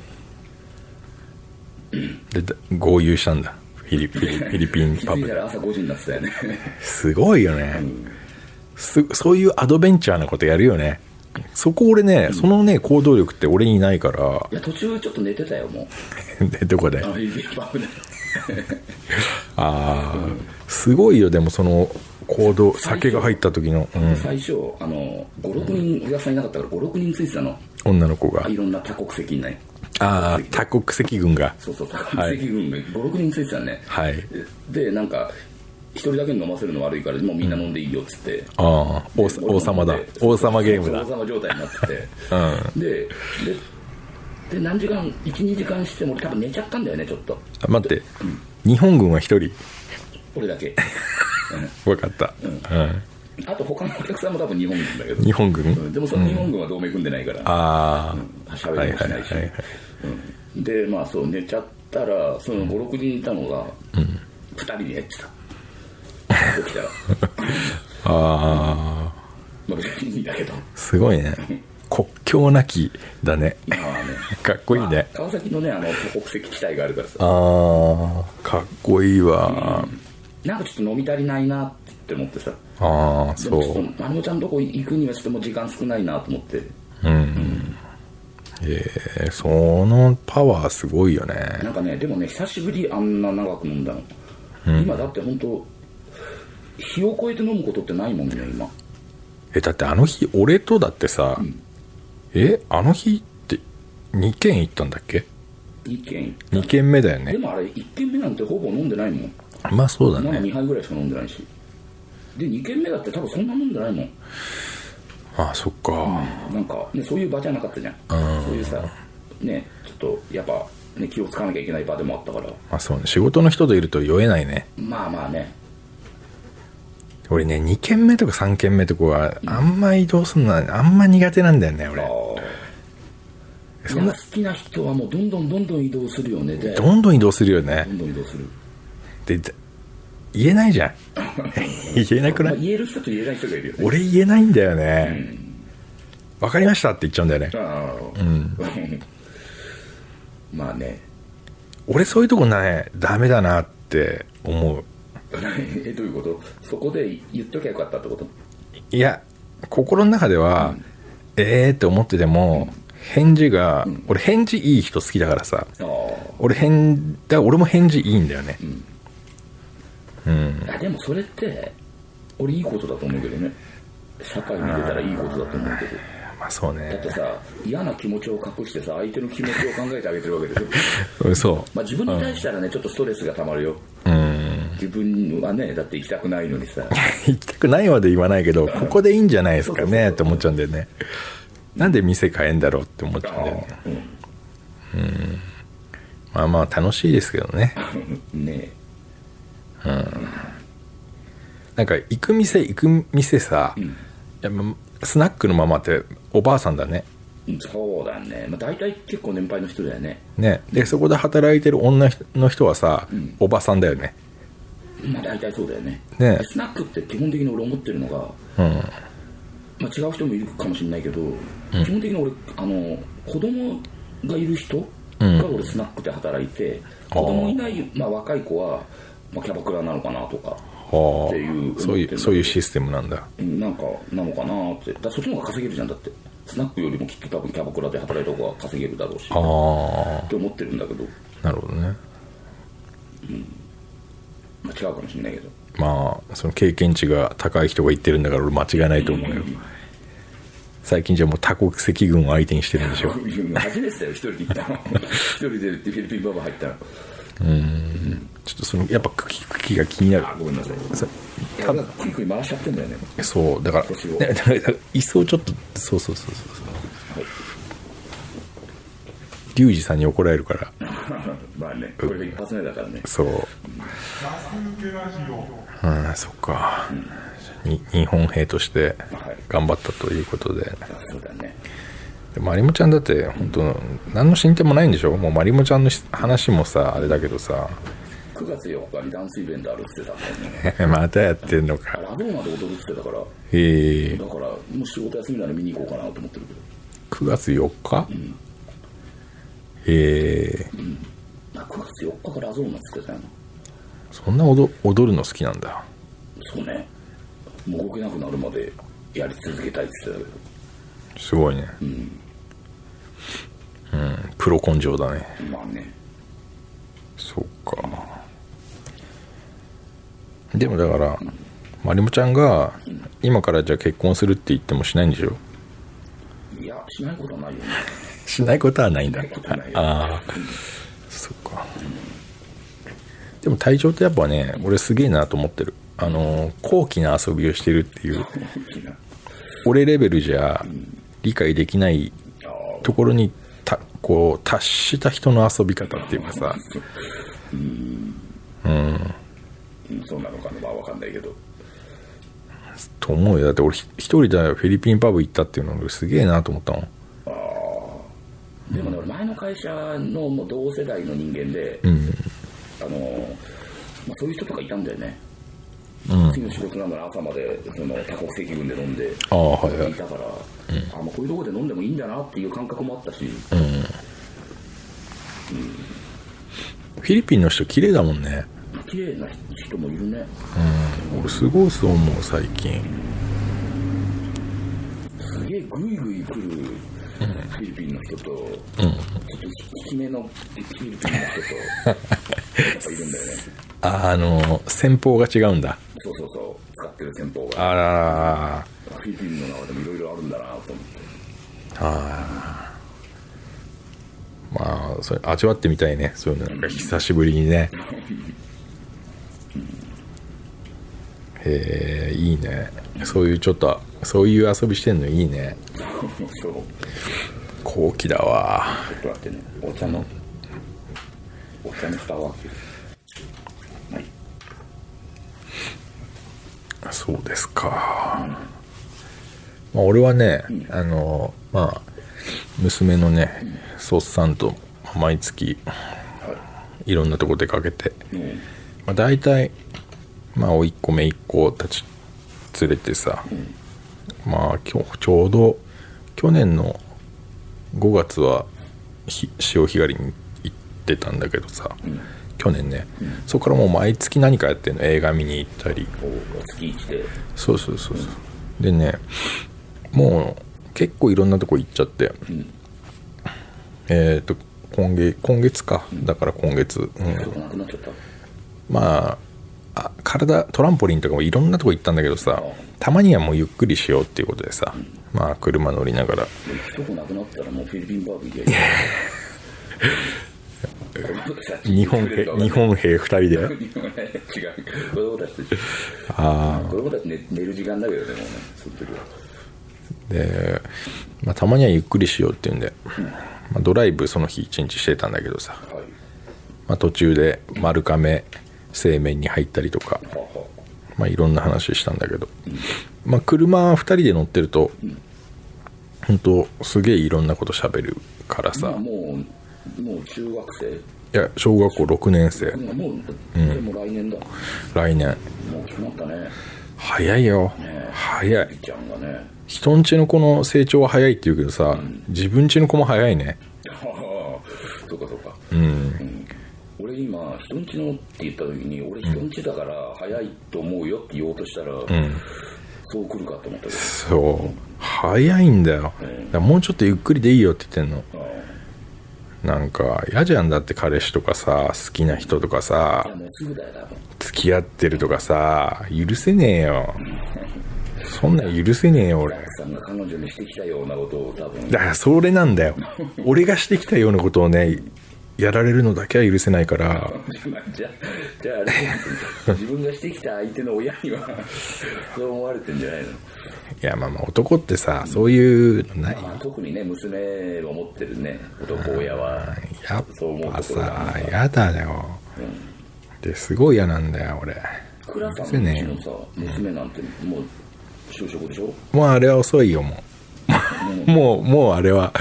Speaker 3: でだ合流したんだフィリピンフィリピン
Speaker 2: 気
Speaker 3: パ
Speaker 2: づい
Speaker 3: ブ
Speaker 2: た
Speaker 3: で
Speaker 2: ら朝5時になってたよね
Speaker 3: すごいよねすそういうアドベンチャーなことやるよねそこ俺ね、そのね行動力って俺にないから
Speaker 2: いや途中ちょっと寝てたよもう
Speaker 3: でどこで
Speaker 2: あのフィリピンパブで
Speaker 3: ああ、すごいよでもその行動酒が入った時の、うん
Speaker 2: 最初あの56人お客さんいなかったから56人ついてたの
Speaker 3: 女の子が
Speaker 2: いろんな多国籍ない
Speaker 3: ああ多国籍軍が
Speaker 2: そうそう多国籍軍が56人ついてたのね、
Speaker 3: はい
Speaker 2: でなんか一人だけに飲ませるの悪いからもうみんな飲んでいいよっつって、
Speaker 3: ああ王
Speaker 2: で
Speaker 3: 王様だ王様ゲームだ
Speaker 2: そうそう王様状態になって て、ででで何時間12時間しても俺多分寝ちゃったんだよねちょっと
Speaker 3: あ待って、日本軍は一人
Speaker 2: 俺 だけ
Speaker 3: 分かった、うん
Speaker 2: あと他のお客さんも多分日本軍だけど
Speaker 3: 日本軍、
Speaker 2: うんでもその日本軍は同盟組んでないから
Speaker 3: あ
Speaker 2: 喋りもしないし、
Speaker 3: はいはいはいはい
Speaker 2: うん、でまあそう寝ちゃったらその56人いたのが2人でやってた起きた ら
Speaker 3: あああ
Speaker 2: まあ別にいいんだけど
Speaker 3: すごいね国境なきだね
Speaker 2: まあね
Speaker 3: かっこいいね
Speaker 2: 川崎のねあの北石地帯があるからさ
Speaker 3: ああかっこいいわ、
Speaker 2: なんかちょっと飲み足りないなって思ってさ
Speaker 3: ああ
Speaker 2: で
Speaker 3: そ
Speaker 2: もちょっ
Speaker 3: う
Speaker 2: とまりもちゃんとこ行くにはちょっともう時間少ないなと思って
Speaker 3: えーそのパワーすごいよね
Speaker 2: なんかねでもね久しぶりあんな長く飲んだの、今だって本当日を超えて飲むことってないもんね今
Speaker 3: えだってあの日俺とだってさ、えあの日って2軒行ったんだっけ
Speaker 2: 2軒
Speaker 3: 2軒目だよ
Speaker 2: で
Speaker 3: ね
Speaker 2: もあれ1軒目なんてほぼ飲んでないもん
Speaker 3: まあそうだ
Speaker 2: なんか
Speaker 3: ね
Speaker 2: 2杯ぐらいしか飲んでないしで2軒目だって多分そんな飲んでないもん
Speaker 3: ああそっか
Speaker 2: なんか、ね、そういう場じゃなかったじゃんそういうさねちょっとやっぱ、ね、気をつかなきゃいけない場でもあったから
Speaker 3: まあそうね仕事の人といると酔えないね
Speaker 2: まあまあね
Speaker 3: 俺ね2軒目とか3軒目とかはあんま移動すんのはあんま苦手なんだよね
Speaker 2: あ
Speaker 3: 俺
Speaker 2: あ
Speaker 3: そんな
Speaker 2: 好きな人はもうどんどんどんどん移動するよねでど
Speaker 3: どんどん移動するよね
Speaker 2: んどん移動する、
Speaker 3: でで言えないじゃん 言えなく
Speaker 2: ま
Speaker 3: な
Speaker 2: あ、
Speaker 3: い
Speaker 2: 言える人と言えない人がいるよね
Speaker 3: 俺言えないんだよねわ、かりましたって言っちゃうんだよね
Speaker 2: ああ まあね
Speaker 3: 俺そういうとこねダメだなって思う
Speaker 2: えどういうことそこで言っときゃよかったってこと
Speaker 3: いや心の中では、えーって思ってても返事が、俺返事いい人好きだからさ
Speaker 2: ああ
Speaker 3: 俺返だから俺も返事いいんだよね、
Speaker 2: あでもそれって俺いいことだと思うけどね社会に出たらいいことだと思うけど
Speaker 3: まあそう
Speaker 2: だっ
Speaker 3: ね
Speaker 2: てさ嫌な気持ちを隠してさ相手の気持ち を考えてあげてるわけでしょ
Speaker 3: そう
Speaker 2: まあ自分に対したらねちょっとストレスがたまるよ
Speaker 3: うん
Speaker 2: 自自分はねだって行きたくないのにさ
Speaker 3: 行きたくないまで言わないけどここでいいんじゃないですか
Speaker 2: そうそうそ
Speaker 3: ね
Speaker 2: う
Speaker 3: って思っちゃうんだよねなんで店変えんだろうって思っちゃうんだよね
Speaker 2: あうん
Speaker 3: まあまあ楽しいですけどね
Speaker 2: ね
Speaker 3: なんか行く店行く店さ、いやまスナックのママっておばあさんだね
Speaker 2: えそうだね、まあ、大体結構年配の人だよね
Speaker 3: ねでそこで働いてる女の人はさ、おばさんだよね
Speaker 2: まあ大体そうだよね
Speaker 3: ね
Speaker 2: でスナックって基本的に俺思ってるのが、まあ、違う人もいるかもしれないけど、基本的に俺あの子供がいる人が俺スナックで働いて、
Speaker 3: あー
Speaker 2: 子供いない、まあ、若い子は、まあ、キャバクラなのかなとか
Speaker 3: はあ
Speaker 2: っていう
Speaker 3: そういうそういうシステムなんだ
Speaker 2: なんかなのかなってだからそっちの方が稼げるじゃんだってスナックよりもきっと多分キャバクラで働いた方が稼げるだろうし
Speaker 3: ああ
Speaker 2: って思ってるんだけど、
Speaker 3: なるほどね
Speaker 2: まあ、違うかもしれないけど
Speaker 3: まあその経験値が高い人が言ってるんだから俺間違いないと思うよ最近じゃもう多国籍軍を相手にしてるんでしょ
Speaker 2: 初めてだよ一人で行 ったの一人でフィリピンババ入ったの
Speaker 3: ちょっとそのやっぱ茎茎が気になる
Speaker 2: あごめんなさい
Speaker 3: そ
Speaker 2: いやクイクイ回しちゃってんだよね
Speaker 3: そうだから
Speaker 2: 腰を
Speaker 3: ねだから一層ちょっとそうそうそうそうそうリュウジさんに怒られるから
Speaker 2: まあねこれが一発目だからね
Speaker 3: そう、
Speaker 1: ガス抜けラジオ。
Speaker 3: うん、そっか、に日本兵として
Speaker 2: はい
Speaker 3: 頑張ったということで、
Speaker 2: そうだね
Speaker 3: でまりもちゃんだって本当何の進展もないんでしょもうまりもちゃんのし話もさあれだけどさ
Speaker 2: 9月4日にダンスイベントあるって言ってたからね
Speaker 3: またやってんの
Speaker 2: あ
Speaker 3: か
Speaker 2: ラボーまで踊るって言ってたから
Speaker 3: ええ
Speaker 2: だからもう仕事休みなら見に行こうかなと思ってるけど
Speaker 3: 9月4日、ええ
Speaker 2: まあ9月4日からラゾーマっつってたよな
Speaker 3: そんな踊踊るの好きなんだ
Speaker 2: そうねもう動けなくなるまでやり続けたいって言ってたけ
Speaker 3: すごいねうん、プロ根性だね
Speaker 2: どまあね
Speaker 3: そうかでもだからまりもちゃんが今からじゃあ結婚するって言ってもしないんでしょ
Speaker 2: いやしないことはないよね
Speaker 3: しないことはないんだ
Speaker 2: しないことはないよ
Speaker 3: ああそっかでも体調ってやっぱね俺すげえなと思ってるあのー高貴な遊びをしてるって いう俺レベルじゃ理解できない
Speaker 2: ああ
Speaker 3: ところにたこう達した人の遊び方っていうかさ
Speaker 2: うんそうなのかなまあわかんないけど
Speaker 3: と思うよだって俺ひ一人でフィリピンパブ行ったっていうの俺すげえなと思ったもん
Speaker 2: でもね、俺前の会社のもう同世代の人間で、あのまあ、そういう人とかいたんだよね、次の仕事なのに朝までその多国籍軍で飲んで、
Speaker 3: ああはいはい
Speaker 2: いたから、あまあ、こういうところで飲んでもいいんだなっていう感覚もあったし、
Speaker 3: フィリピンの人綺麗だもんね
Speaker 2: 綺麗な人もいるね、
Speaker 3: 俺すごいそう思う最近
Speaker 2: すげえぐいぐい来るフィリピンの人と、ちょっと低めのフィリピンの人と、やっぱいるんだよね、
Speaker 3: ああの戦法が違うんだ
Speaker 2: そうそうそう、使ってる戦法が、
Speaker 3: あららら
Speaker 2: フィリピンの中でもいろいろあるんだなと思って。
Speaker 3: まあそれ味わってみたいねそういうのなんか久しぶりにねへえいいねそういうちょっとそういう遊びしてんのいいね
Speaker 2: そう
Speaker 3: 高貴だわ
Speaker 2: ちょっと待ってねお茶のお茶の蓋を開けるはい
Speaker 3: そうですか、まあ、俺はね、あのまあ娘のねそっさんと毎月いろんなとこ出かけて、
Speaker 2: うん
Speaker 3: まあ、大体まあ甥っ子姪っ子たち連れてさ、まあ今日ちょうど去年の5月はひ潮干狩りに行ってたんだけどさ、去年ね、そこからもう毎月何かやってんの映画見に行ったり、
Speaker 2: お月一で
Speaker 3: そうそうそうそう、でねもう結構いろんなとこ行っちゃって、えっ、と今月今月かだから今月、うん
Speaker 2: 人がなくなっちゃった
Speaker 3: まああ体トランポリンとかもいろんなとこ行ったんだけどさたまにはもうゆっくりしようっていうことでさ、まあ車乗りながら
Speaker 2: 人がなくなったらもうフィリピンバービーで
Speaker 3: 日本兵日本兵2人で
Speaker 2: 日本ね違う子供たちでしょ
Speaker 3: あ
Speaker 2: 子供たち寝寝る時間だけどねもうねその時は
Speaker 3: あで、まあ、たまにはゆっくりしようっていうんで、まあ、ドライブその日一日してたんだけどさ、
Speaker 2: はい
Speaker 3: まあ、途中で丸亀製麺に入ったりとか、
Speaker 2: はあは
Speaker 3: まあ、いろんな話したんだけど、まあ、車2人で乗ってると本当すげえいろんなこと喋るから
Speaker 2: あま
Speaker 3: さ
Speaker 2: あもうもう中学生
Speaker 3: いや小学校6年生
Speaker 2: 今もう、でも来年だ
Speaker 3: 来年
Speaker 2: もう決まったね
Speaker 3: 早いよ
Speaker 2: ねえ
Speaker 3: 早い
Speaker 2: りっちゃんがね
Speaker 3: 人んちの子の成長は早いって言うけどさ、自分ちの子も早いね
Speaker 2: はあ そうかそうか
Speaker 3: うん
Speaker 2: うん俺今人んちのって言った時に俺人んちだから早いと思うよって言おうとしたら、そう来るかと思ったけど
Speaker 3: そう早いんだよだからもうちょっとゆっくりでいいよって言ってんのなんか嫌じゃんだって彼氏とかさ好きな人とか
Speaker 2: いや
Speaker 3: さ
Speaker 2: もうすぐだよ多分
Speaker 3: 付き合ってるとかさ許せねえよそんなん許せねえよ俺
Speaker 2: さんが彼女にしてきたようなことを多分
Speaker 3: だからそれなんだよ俺がしてきたようなことをねやられるのだけは許せないから
Speaker 2: じゃあじゃああれ自分がしてきた相手の親には そう思われてんじゃないの、
Speaker 3: いやまあまあ男ってさそういうのない
Speaker 2: まあ、特にね娘を持ってるね男親は
Speaker 3: やっ
Speaker 2: そう思う
Speaker 3: ぱ
Speaker 2: ところがあ
Speaker 3: さ
Speaker 2: る
Speaker 3: やだよ、ですごい嫌なんだよ俺
Speaker 2: 倉さんのうちのさ娘なんてもう就職でしょ
Speaker 3: もうあれは遅いよもうもうもうあれは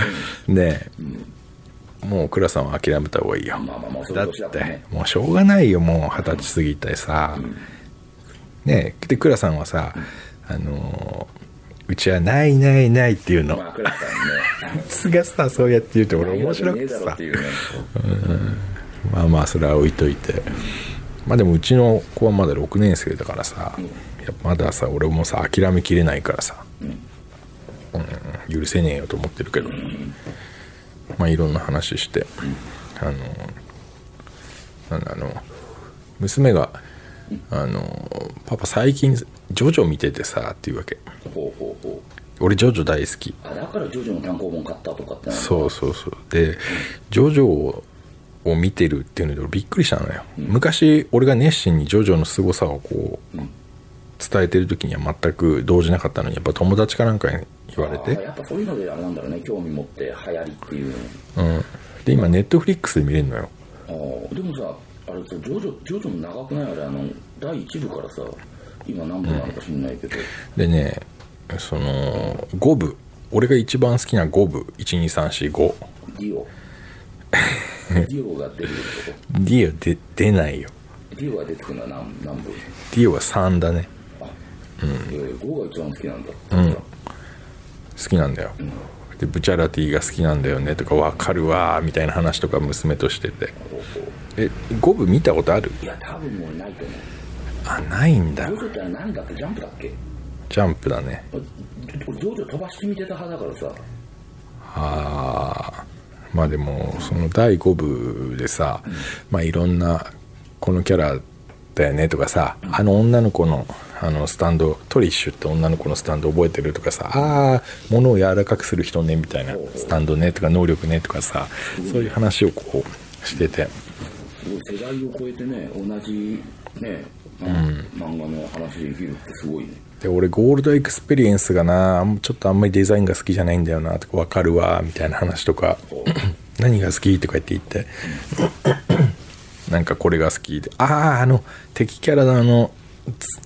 Speaker 3: ねえもう倉さんは諦めた方がいいよ
Speaker 2: まあまあまあそうい
Speaker 3: だ
Speaker 2: う
Speaker 3: っ
Speaker 2: 年だから
Speaker 3: て
Speaker 2: ね
Speaker 3: もうしょうがないよもう二十歳過ぎてさねえで倉さんはさあのーうちはないないないっていうの
Speaker 2: まあ倉さんね
Speaker 3: すがさそうやって言うと俺面白
Speaker 2: ねえ
Speaker 3: くて
Speaker 2: だろっ
Speaker 3: さ
Speaker 2: ていうね
Speaker 3: まあまあそれは置いといてまあでもうちの子はまだ6年生だからさ、やっぱまださ俺もさ諦めきれないからさ、うん許せねえよと思ってるけど、まあいろんな話して、あのなんだあの娘が「あのパパ最近ジョジョ見ててさ」っていうわけ
Speaker 2: ほうほうほ
Speaker 3: 俺ジョジョ大好き
Speaker 2: うあだからジョジョの単行本買ったとかってな
Speaker 3: そうそうそうで「ジョジョを」見てるっていうので俺びっくりしたのよ、昔俺が熱心にジョジョの凄さをこう、伝えてる時には全く動じなかったのにやっぱ友達かなんかに言われ
Speaker 2: あー
Speaker 3: て、
Speaker 2: やっぱそういうのであれなんだろうね興味持って流行りっていう
Speaker 3: うん、で今ネットフリックスで見れるのよ
Speaker 2: のああでもさあれさジョジョジョジョも長くないあれあの第一部からさ今何部なのか知んないけど、
Speaker 3: でねその5部俺が一番好きな5部12345
Speaker 2: ディ オディオが出るってこ
Speaker 3: ディオで出ないよ
Speaker 2: とディオが出てくるのは何何部
Speaker 3: ディオは3だね
Speaker 2: あうん、いやいや5が一番好きなんだ、うん、
Speaker 3: 好きなんだよ、でブチャラティが好きなんだよねとか分かるわーみたいな話とか娘としててえ五部見たことある
Speaker 2: いや多分もうないと思う
Speaker 3: あないんだ
Speaker 2: ジョジョってあれ何だっけジャンプだっけ
Speaker 3: ジャンプだね
Speaker 2: 俺俺ジョジョ飛ばしてみてた派だからさ
Speaker 3: あーまあでもその第5部でさ、まあいろんなこのキャラだよねとかさ、あの女の子のあのスタンドトリッシュって女の子のスタンド覚えてるとかさああ物を柔らかくする人ねみたいなスタンドねとか能力ねとかさそういう話をこうしてて
Speaker 2: すごい世代を超えてね同じね、ま漫画の話できるってすごいね
Speaker 3: で俺ゴールドエクスペリエンスがなあんちょっとあんまりデザインが好きじゃないんだよなとか分かるわみたいな話とか何が好きとか言って言ってなんかこれが好きであああの敵キャラのあのつ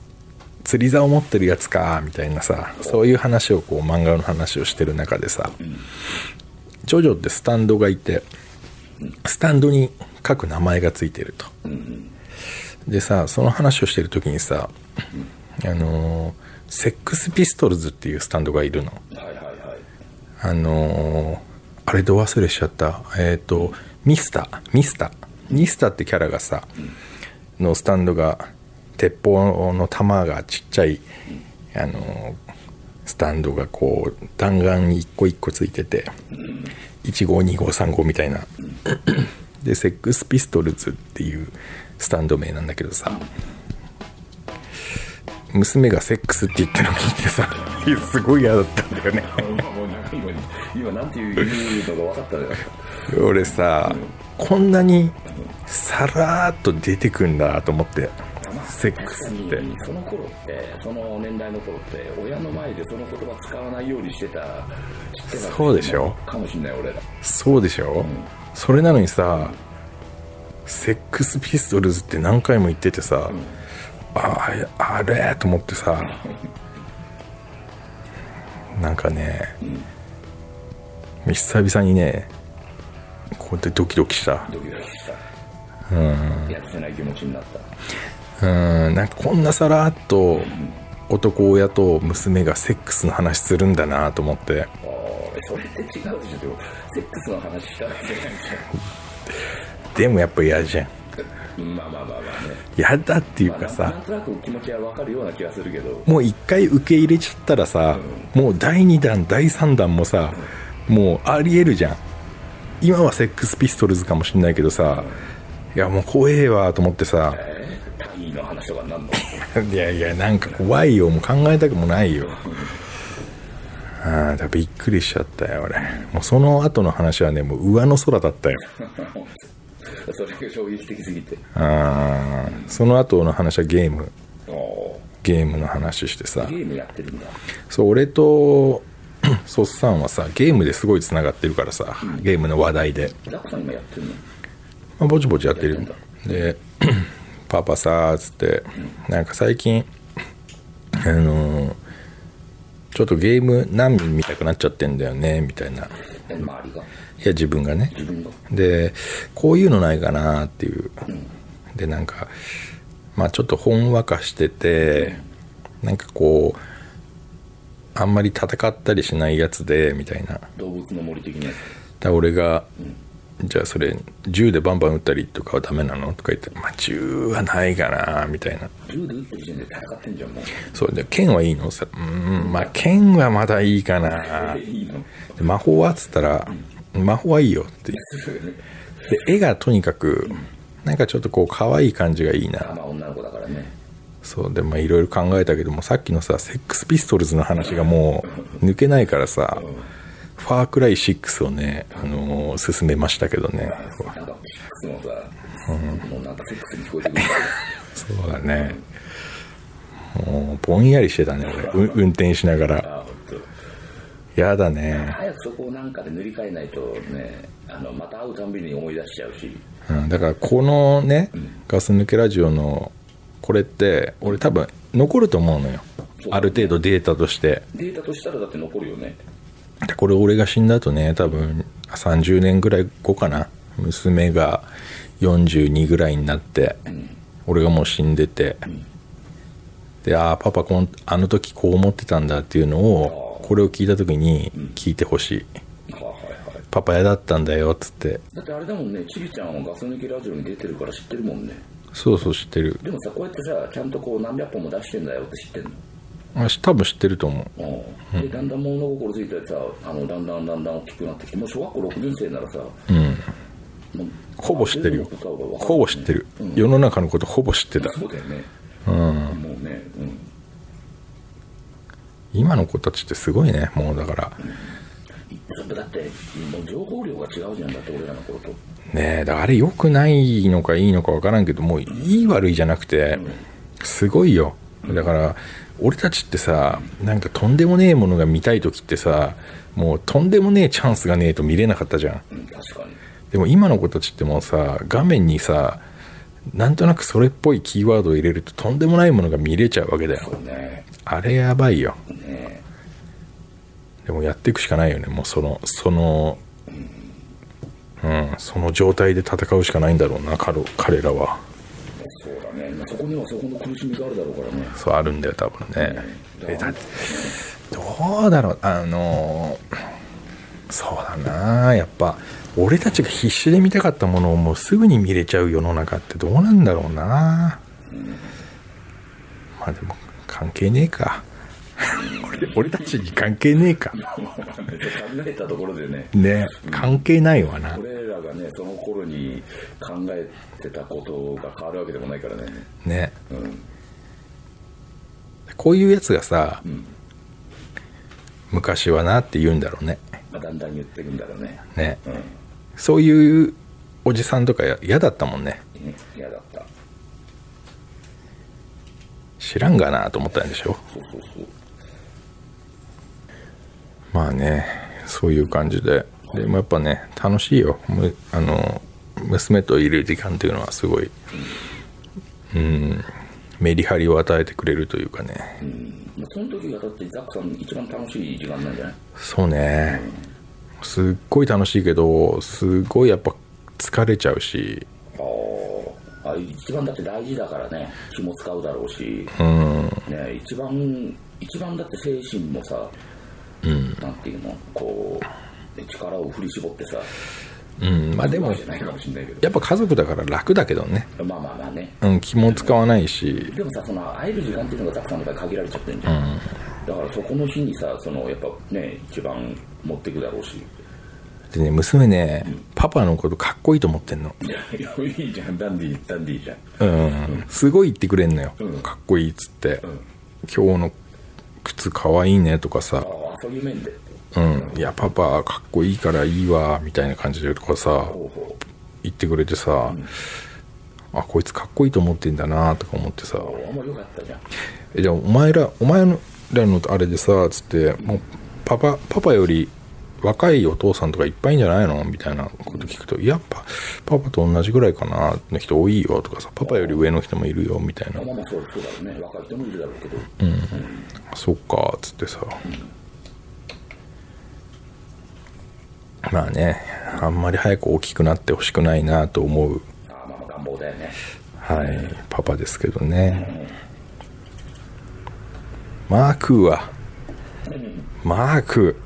Speaker 3: 釣り竿持ってるやつかみたいなさそういう話をこう漫画の話をしてる中でさジョジョってスタンドがいてスタンドに各名前がついてるとでさその話をしてる時にさあのーセックスピストルズっていうスタンドがいるの
Speaker 2: はいはいはい
Speaker 3: あのーあれど忘れしちゃったえっ、とミスターミスターミスターってキャラがさのスタンドが鉄砲の弾がちっちゃいあのースタンドがこう弾丸に一個一個ついてて1号2号3号みたいなでセックスピストルズっていうスタンド名なんだけどさ娘がセックスって言ったのを聞いてさ すごい嫌だったんだよね
Speaker 2: 今もう長いのに今なんていう言うのが分かったのよ
Speaker 3: 俺さこんなにさらーっと出てくんだと思ってセックスっ
Speaker 2: 確
Speaker 3: て
Speaker 2: かにその頃ってその年代の頃って親の前でその言葉使わないようにしてた知ってた
Speaker 3: そうでしょ
Speaker 2: かもしんない俺ら
Speaker 3: そうでしょ、それなのにさセックスピストルズって何回も言っててさ、ああれあれと思ってさなんかね、久々にねこうやってドキドキした
Speaker 2: ドキドキしたやってない気持ちになった
Speaker 3: うんなんかこんなさらっと男親と娘がセックスの話するんだなと思って
Speaker 2: ああそれって違うでしょでもセックスの話したわけじゃない
Speaker 3: でもやっぱ嫌じゃん
Speaker 2: じゃんまあまあまあまあね
Speaker 3: 嫌だっていう
Speaker 2: まあな
Speaker 3: か
Speaker 2: ん
Speaker 3: さ、
Speaker 2: なんとなく気持ちはわかるような気がするけど
Speaker 3: もう一回受け入れちゃったらさ、もう第2弾第3弾もさ、もうありえるじゃん今はセックスピストルズかもしんないけどさ、いやもう怖えわと思ってさ、
Speaker 2: え単位の話とかになんの
Speaker 3: いやいやなんか怖いよもう考えたくもないよ、ああだびっくりしちゃったよ俺もうその後の話はねもう上の空だったよ
Speaker 2: それが衝撃的すぎて
Speaker 3: ああその後の話はゲーム
Speaker 2: ああ
Speaker 3: ゲームの話してさ
Speaker 2: ゲームやってるんだ
Speaker 3: そう俺と ソッさんはさゲームですごいつながってるからさゲームの話題で、
Speaker 2: ザクさん今やってるの
Speaker 3: まあ、ぼちぼちやってる
Speaker 2: やっ
Speaker 3: ん
Speaker 2: て
Speaker 3: だで パパさーっつってなんか最近あのーちょっとゲーム難民みたくなっちゃってんだよねみたいない
Speaker 2: え周りが
Speaker 3: や自分がね
Speaker 2: 自分が
Speaker 3: でこういうのないかなっていうでなんかまあちょっとほんわかしててなんかこうあんまり戦ったりしないやつでみたいな
Speaker 2: 動物の森的なや
Speaker 3: だ俺が、じゃあそれ銃でバンバン撃ったりとかはダメなのとか言って、まあ、銃はないかなみたいな
Speaker 2: つ銃で撃ってる時点で戦ってんじゃんもう
Speaker 3: そうで剣はいいのさうーんまあ剣はまだいいかな
Speaker 2: いいの
Speaker 3: で魔法はっつったら魔法はいいよってで絵がとにかくなんかちょっとこう可愛い感じがいい
Speaker 2: あ
Speaker 3: な
Speaker 2: まあ女の子だからね
Speaker 3: そうでまあいろいろ考えたけどもさっきのさセックスピストルズの話がもう抜けないからさファークライ6をね、あのー進めましたけど
Speaker 2: な
Speaker 3: ね
Speaker 2: んかセックスもさ、もうなんかセックスに聞こえてく る
Speaker 3: そうだね。もうぼんやりしてたね、俺。う運転しながら。
Speaker 2: ああ本
Speaker 3: やだ
Speaker 2: 当。
Speaker 3: ね。
Speaker 2: 早くそこをなんかで塗り替えないとねあのまた会うたんびに思い出しちゃうし
Speaker 3: うん、だから、このね、ガス抜けラジオの、これって、俺多分、残ると思うのよ
Speaker 2: そう。
Speaker 3: ある程度データとして。
Speaker 2: データとしたらだって残るよね
Speaker 3: でこれ俺が死んだ後ね、多分、30年ぐらい後かな。娘が42ぐらいになって、俺がもう死んでて。で、ああ、パパこん、あの時こう思ってたんだっていうのを、これを聞いた時に聞いてほしい。
Speaker 2: はいはいはい
Speaker 3: パパ嫌だったんだよっつって
Speaker 2: だってあれだもんねちびちゃんはガス抜きラジオに出てるから知ってるもんね
Speaker 3: そうそう知ってる
Speaker 2: でもさこうやってさちゃんとこう何百本も出してんだよって知ってんの
Speaker 3: あし多分知ってると思う
Speaker 2: うんでだんだん物心ついてさあのだんだんだんだん大きくなってきてもう小学校6年生ならさ、もう
Speaker 3: ほぼ知ってるよ
Speaker 2: あそういうのとかは分かる
Speaker 3: ほぼ知ってる、世の中のことほぼ知ってた
Speaker 2: そうだよねもうねうん
Speaker 3: 今の子たちってすごいねもうだから
Speaker 2: だってもう情報量が違うじゃんだって俺らの頃と
Speaker 3: ねえだからあれ良くないのかいいのか分からんけどもういい悪いじゃなくてすごいよだから俺たちってさなんかとんでもねえものが見たい時ってさもうとんでもねえチャンスがねえと見れなかったじゃ
Speaker 2: う
Speaker 3: ん
Speaker 2: ん確かに
Speaker 3: でも今の子たちってもうさ画面にさなんとなくそれっぽいキーワードを入れるととんでもないものが見れちゃうわけだよ
Speaker 2: ね
Speaker 3: あれやばいよ
Speaker 2: ね
Speaker 3: でもやっていくしかないよねもうそのそのうんその状態で戦うしかないんだろうな彼彼らは
Speaker 2: そうだねまあそこにはそこの苦しみがあるだろうからね
Speaker 3: そうあるんだよ多分ねえだってどうだろうあのそうだなやっぱ俺たちが必死で見たかったものをもうすぐに見れちゃう世の中ってどうなんだろうなまあでも関係ねえか 俺俺たちに関係ねえか
Speaker 2: 考えたところでね
Speaker 3: ね関係ないわな
Speaker 2: 俺らがねその頃に考えてたことが変わるわけでもないからね
Speaker 3: ね
Speaker 2: うん
Speaker 3: こういうやつがさ、
Speaker 2: ん
Speaker 3: 昔はなって言うんだろうね
Speaker 2: まあだんだん言ってくんだろうね
Speaker 3: ね
Speaker 2: うん
Speaker 3: そういうおじさんとかや嫌だったもんね
Speaker 2: うん嫌だった
Speaker 3: 知らんがなと思ったんでしょ
Speaker 2: そうそうそう
Speaker 3: まあねそういう感じででもやっぱね楽しいよむあの娘といる時間っていうのはすごいうんメリハリを与えてくれるというかね
Speaker 2: うんまあその時がだってザックさん一番楽しい時間なんじゃない
Speaker 3: そうねすっごい楽しいけどすごいやっぱ疲れちゃうし
Speaker 2: あーあ一番だって大事だからね気も使うだろうし、
Speaker 3: うん
Speaker 2: ね、一番一番だって精神もさ、
Speaker 3: ん
Speaker 2: なんていうのこう力を振り絞ってさ
Speaker 3: うんまあで
Speaker 2: う
Speaker 3: も
Speaker 2: まくじゃないかもしれないけど
Speaker 3: やっぱ家族だから楽だけどね、
Speaker 2: まあまあまあね
Speaker 3: うん、気も使わないし
Speaker 2: でもさその会える時間っていうのがザクさんの場合限られちゃってんじゃん、だからそこの日にさそのやっぱね一番持ってくだろうし
Speaker 3: でね娘ねパパのことかっこいいと思ってんの
Speaker 2: いやいやいいじゃんダンディーダンディーじゃん
Speaker 3: うんすごい言ってくれんのよ、
Speaker 2: うん
Speaker 3: かっこいいっつって、
Speaker 2: ん
Speaker 3: 今日の靴かわいいねとかさ、
Speaker 2: ああそういう面で
Speaker 3: うん、いやパパかっこいいからいいわみたいな感じでとかさ
Speaker 2: ほうほ
Speaker 3: 言ってくれてさ、あこいつかっこいいと思ってんだなとか思ってさ
Speaker 2: うああもうよかったじゃん
Speaker 3: えじゃあお前らお前らのあれでさつってもうパパパパより若いお父さんとかいっぱいいんじゃないのみたいなこと聞くと「いやパパパと同じぐらいかな」の人多いよとかさ「パパより上の人もいるよ」みたいな
Speaker 2: まあまあそうそうだろうね若い人もいるだろうけど、
Speaker 3: そっかっつってさまあねあんまり早く大きくなってほしくないなと思う
Speaker 2: ああまあまあ願望だよね
Speaker 3: はいパパですけどねマークはマーク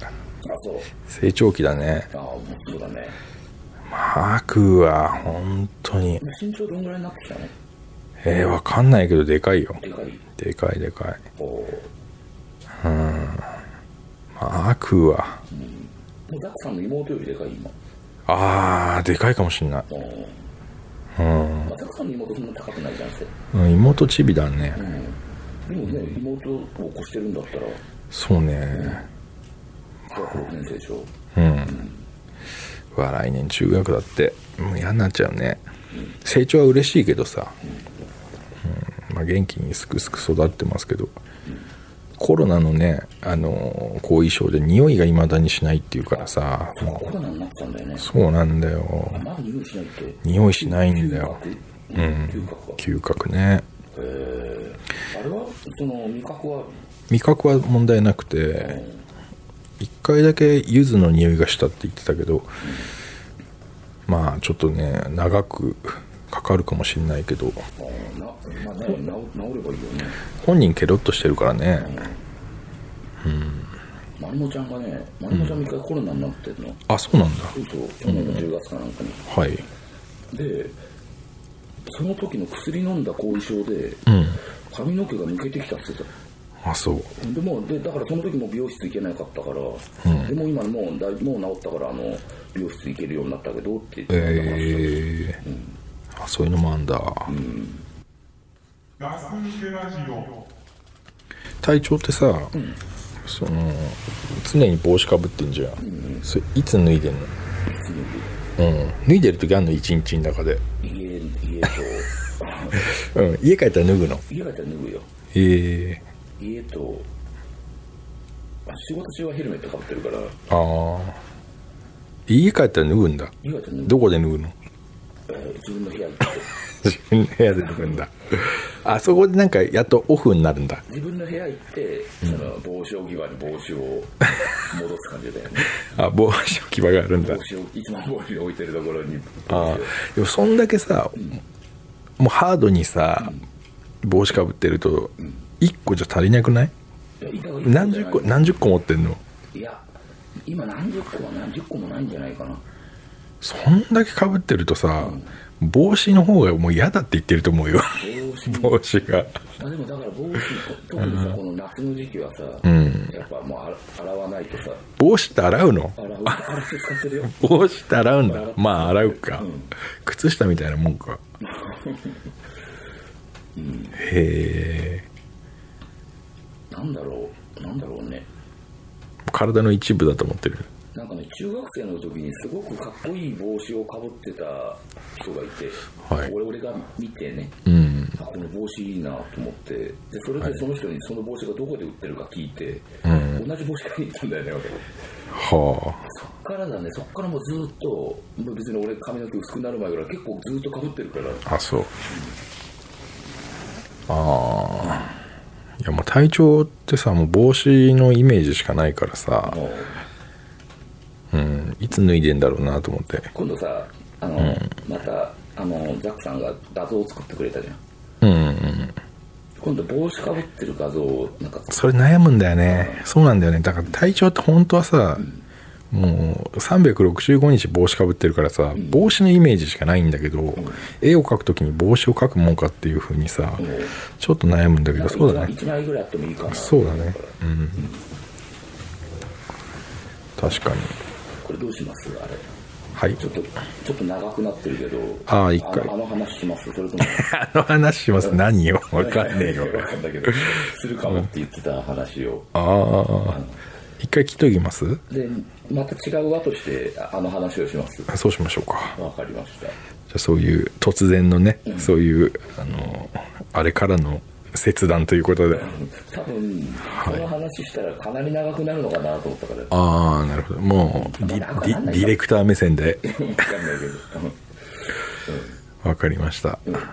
Speaker 2: あそう
Speaker 3: 成長期だね
Speaker 2: ああそうだね
Speaker 3: マークは本当に
Speaker 2: 身長どんぐらいになってきたの
Speaker 3: えー、わかんないけどでかいよ
Speaker 2: でかい
Speaker 3: でかいでかい
Speaker 2: おおー
Speaker 3: マークは
Speaker 2: もうザックさんの妹よりでかい今
Speaker 3: あーでかいかもしんない、
Speaker 2: おーまあ、ザックさんの妹そんな高くないじゃんせ
Speaker 3: うん、妹チビだね、
Speaker 2: でもね妹を起こしてるんだったら
Speaker 3: そうね
Speaker 2: 小学6年生でしょ
Speaker 3: うわ来年中学だってもう嫌になっちゃうね成長は嬉しいけどさ、うんまあ、元気にすくすく育ってますけどコロナのね、あのー後遺症で匂いが未だにしないっていうからさも
Speaker 2: コ
Speaker 3: う
Speaker 2: ロナになってたんだよね
Speaker 3: そうなんだよ
Speaker 2: あまだ匂いしないって
Speaker 3: 匂いしないんだよ
Speaker 2: 嗅覚うん嗅覚は
Speaker 3: 嗅覚ね
Speaker 2: えー、あれはその味覚は
Speaker 3: 味覚は問題なくて1回だけ柚子の匂いがしたって言ってたけど、まあちょっとね長くかかるかもしれないけど
Speaker 2: あーな、まあね、治治ればいいよね
Speaker 3: 本人ケロッとしてるからね
Speaker 2: まるもちゃんがねまるもちゃんも一回コロナになってんの、
Speaker 3: あそうなんだ
Speaker 2: そうそう去年の10月かなんかに、
Speaker 3: はい
Speaker 2: でその時の薬飲んだ後遺症で、
Speaker 3: ん
Speaker 2: 髪の毛が抜けてきたって言ってた
Speaker 3: あそう
Speaker 2: でもうでだからその時も美容室行けなかったから、でもう今もうだいもう治ったからあの美容室行けるようになったけどって言ってたから、
Speaker 3: えーあそういうのもあんだ
Speaker 1: ガス抜けラジオ
Speaker 3: 体調ってさ、その常に帽子かぶってんじゃん、それいつ脱いでんのうん、脱いでる時あんの一日の中で、
Speaker 2: 家家と
Speaker 3: うん、家帰ったら脱ぐの
Speaker 2: 家だったら脱ぐよ
Speaker 3: ええ
Speaker 2: 家とあ仕事中はヘルメットかぶってるから
Speaker 3: ああ家帰ったら脱ぐんだ
Speaker 2: 家だったら脱ぐ
Speaker 3: どこで脱 ぐの
Speaker 2: えー自分の部屋行って
Speaker 3: 自分の部屋で脱ぐんだあそこでなんかやっとオフになるんだ
Speaker 2: 自分の部屋行ってその帽子置き場に帽子を戻す感じだ よね
Speaker 3: あ帽子置き場があるんだ
Speaker 2: 帽子をいつも帽子を置いてるところに
Speaker 3: あーでもそんだけさもうハードにさ帽子かぶってると1個じゃ足りなくない何十個何十個持ってんの
Speaker 2: いや今何十個は何十個もないんじゃないかな
Speaker 3: そんだけかぶってるとさ帽子の方がもう嫌だって言ってると思うよ
Speaker 2: 帽子
Speaker 3: 帽子が
Speaker 2: あでもだから帽子特にさこの夏の時期はさ、やっぱもう洗洗わないとさ
Speaker 3: 帽子って洗うの
Speaker 2: 洗う洗って使ってるよ
Speaker 3: 帽子って洗うんだまあ洗うか、靴下みたいなもん か、へえ
Speaker 2: なんだろうなんだろうね
Speaker 3: 体の一部だと思ってる
Speaker 2: なんかね、中学生の時にすごくかっこいい帽子をかぶってた人がいて、
Speaker 3: はい
Speaker 2: 俺俺が見てね、
Speaker 3: うん
Speaker 2: あこの帽子いいなと思ってでそれでその人にその帽子がどこで売ってるか聞いて、同じ帽子買いに行ったんだよね俺
Speaker 3: は
Speaker 2: そっからだねそっからもうずっともう別に俺髪の毛薄くなる前から結構ずっとかぶってるから
Speaker 3: ああそうああいやもう体調ってさもう帽子のイメージしかないからさ、
Speaker 2: もう
Speaker 3: うん、いつ脱いでんだろうなと思って
Speaker 2: 今度さあの、またあのザックさんが画像を作ってくれたじゃん
Speaker 3: うんうん
Speaker 2: 今度帽子かぶってる画像をなんか
Speaker 3: それ悩むんだよねそうなんだよねだから体調って本当はさ、もう365日帽子かぶってるからさ帽子のイメージしかないんだけど、絵を描くときに帽子を描くもんかっていう風にさ、
Speaker 2: ん
Speaker 3: ちょっと悩むんだけどそうだね
Speaker 2: 1枚ぐらいあってもいいかな
Speaker 3: そうだねうん確かに
Speaker 2: これどうしますあれ
Speaker 3: はい
Speaker 2: ちょっとちょっと長くなってるけど
Speaker 3: あー一回
Speaker 2: のあの話しますそれとも
Speaker 3: あの話します何よ わかんねえよ
Speaker 2: わかんないけど、するかもって言ってた話を。
Speaker 3: ああ一回切っときます
Speaker 2: で、また違う輪として、ああの話をします。
Speaker 3: そうしましょうか
Speaker 2: わかりました。
Speaker 3: じゃあそういう突然のね、そういうあのあれからの切断ということで
Speaker 2: 多分、この話したらかなり長くなるのかなと思ったから、わ
Speaker 3: ああなるほどもうディディディレクター目線で
Speaker 2: かんないけど
Speaker 3: わかりました
Speaker 2: うん。は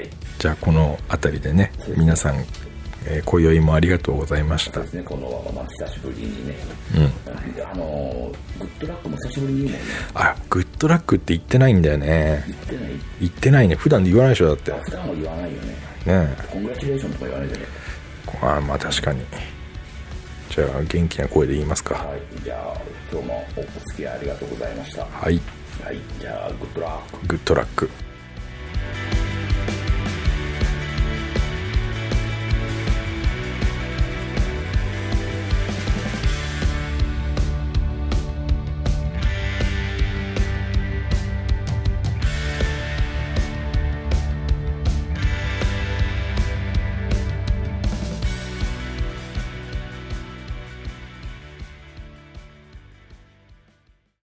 Speaker 2: い。
Speaker 3: じゃあこの辺りでね皆さん、えー今宵もありがとうございまし
Speaker 2: そ
Speaker 3: た
Speaker 2: うですね、このまま、久しぶりにね。であのー、グッドラックも久しぶりに言うもんね。
Speaker 3: あグッドラックって言ってないんだよね
Speaker 2: 言ってない。
Speaker 3: 言ってないね普段で言わないでしょだってね
Speaker 2: 普段は言わないよね。
Speaker 3: え
Speaker 2: コングラチュレーションとか言わないじゃない。
Speaker 3: あまあ確かにじゃあ元気な声で言いますか
Speaker 2: はい。じゃあ、今日もお付き合いありがとうございました。
Speaker 3: はい
Speaker 2: はい。じゃあ、グッドラック。
Speaker 3: グッドラック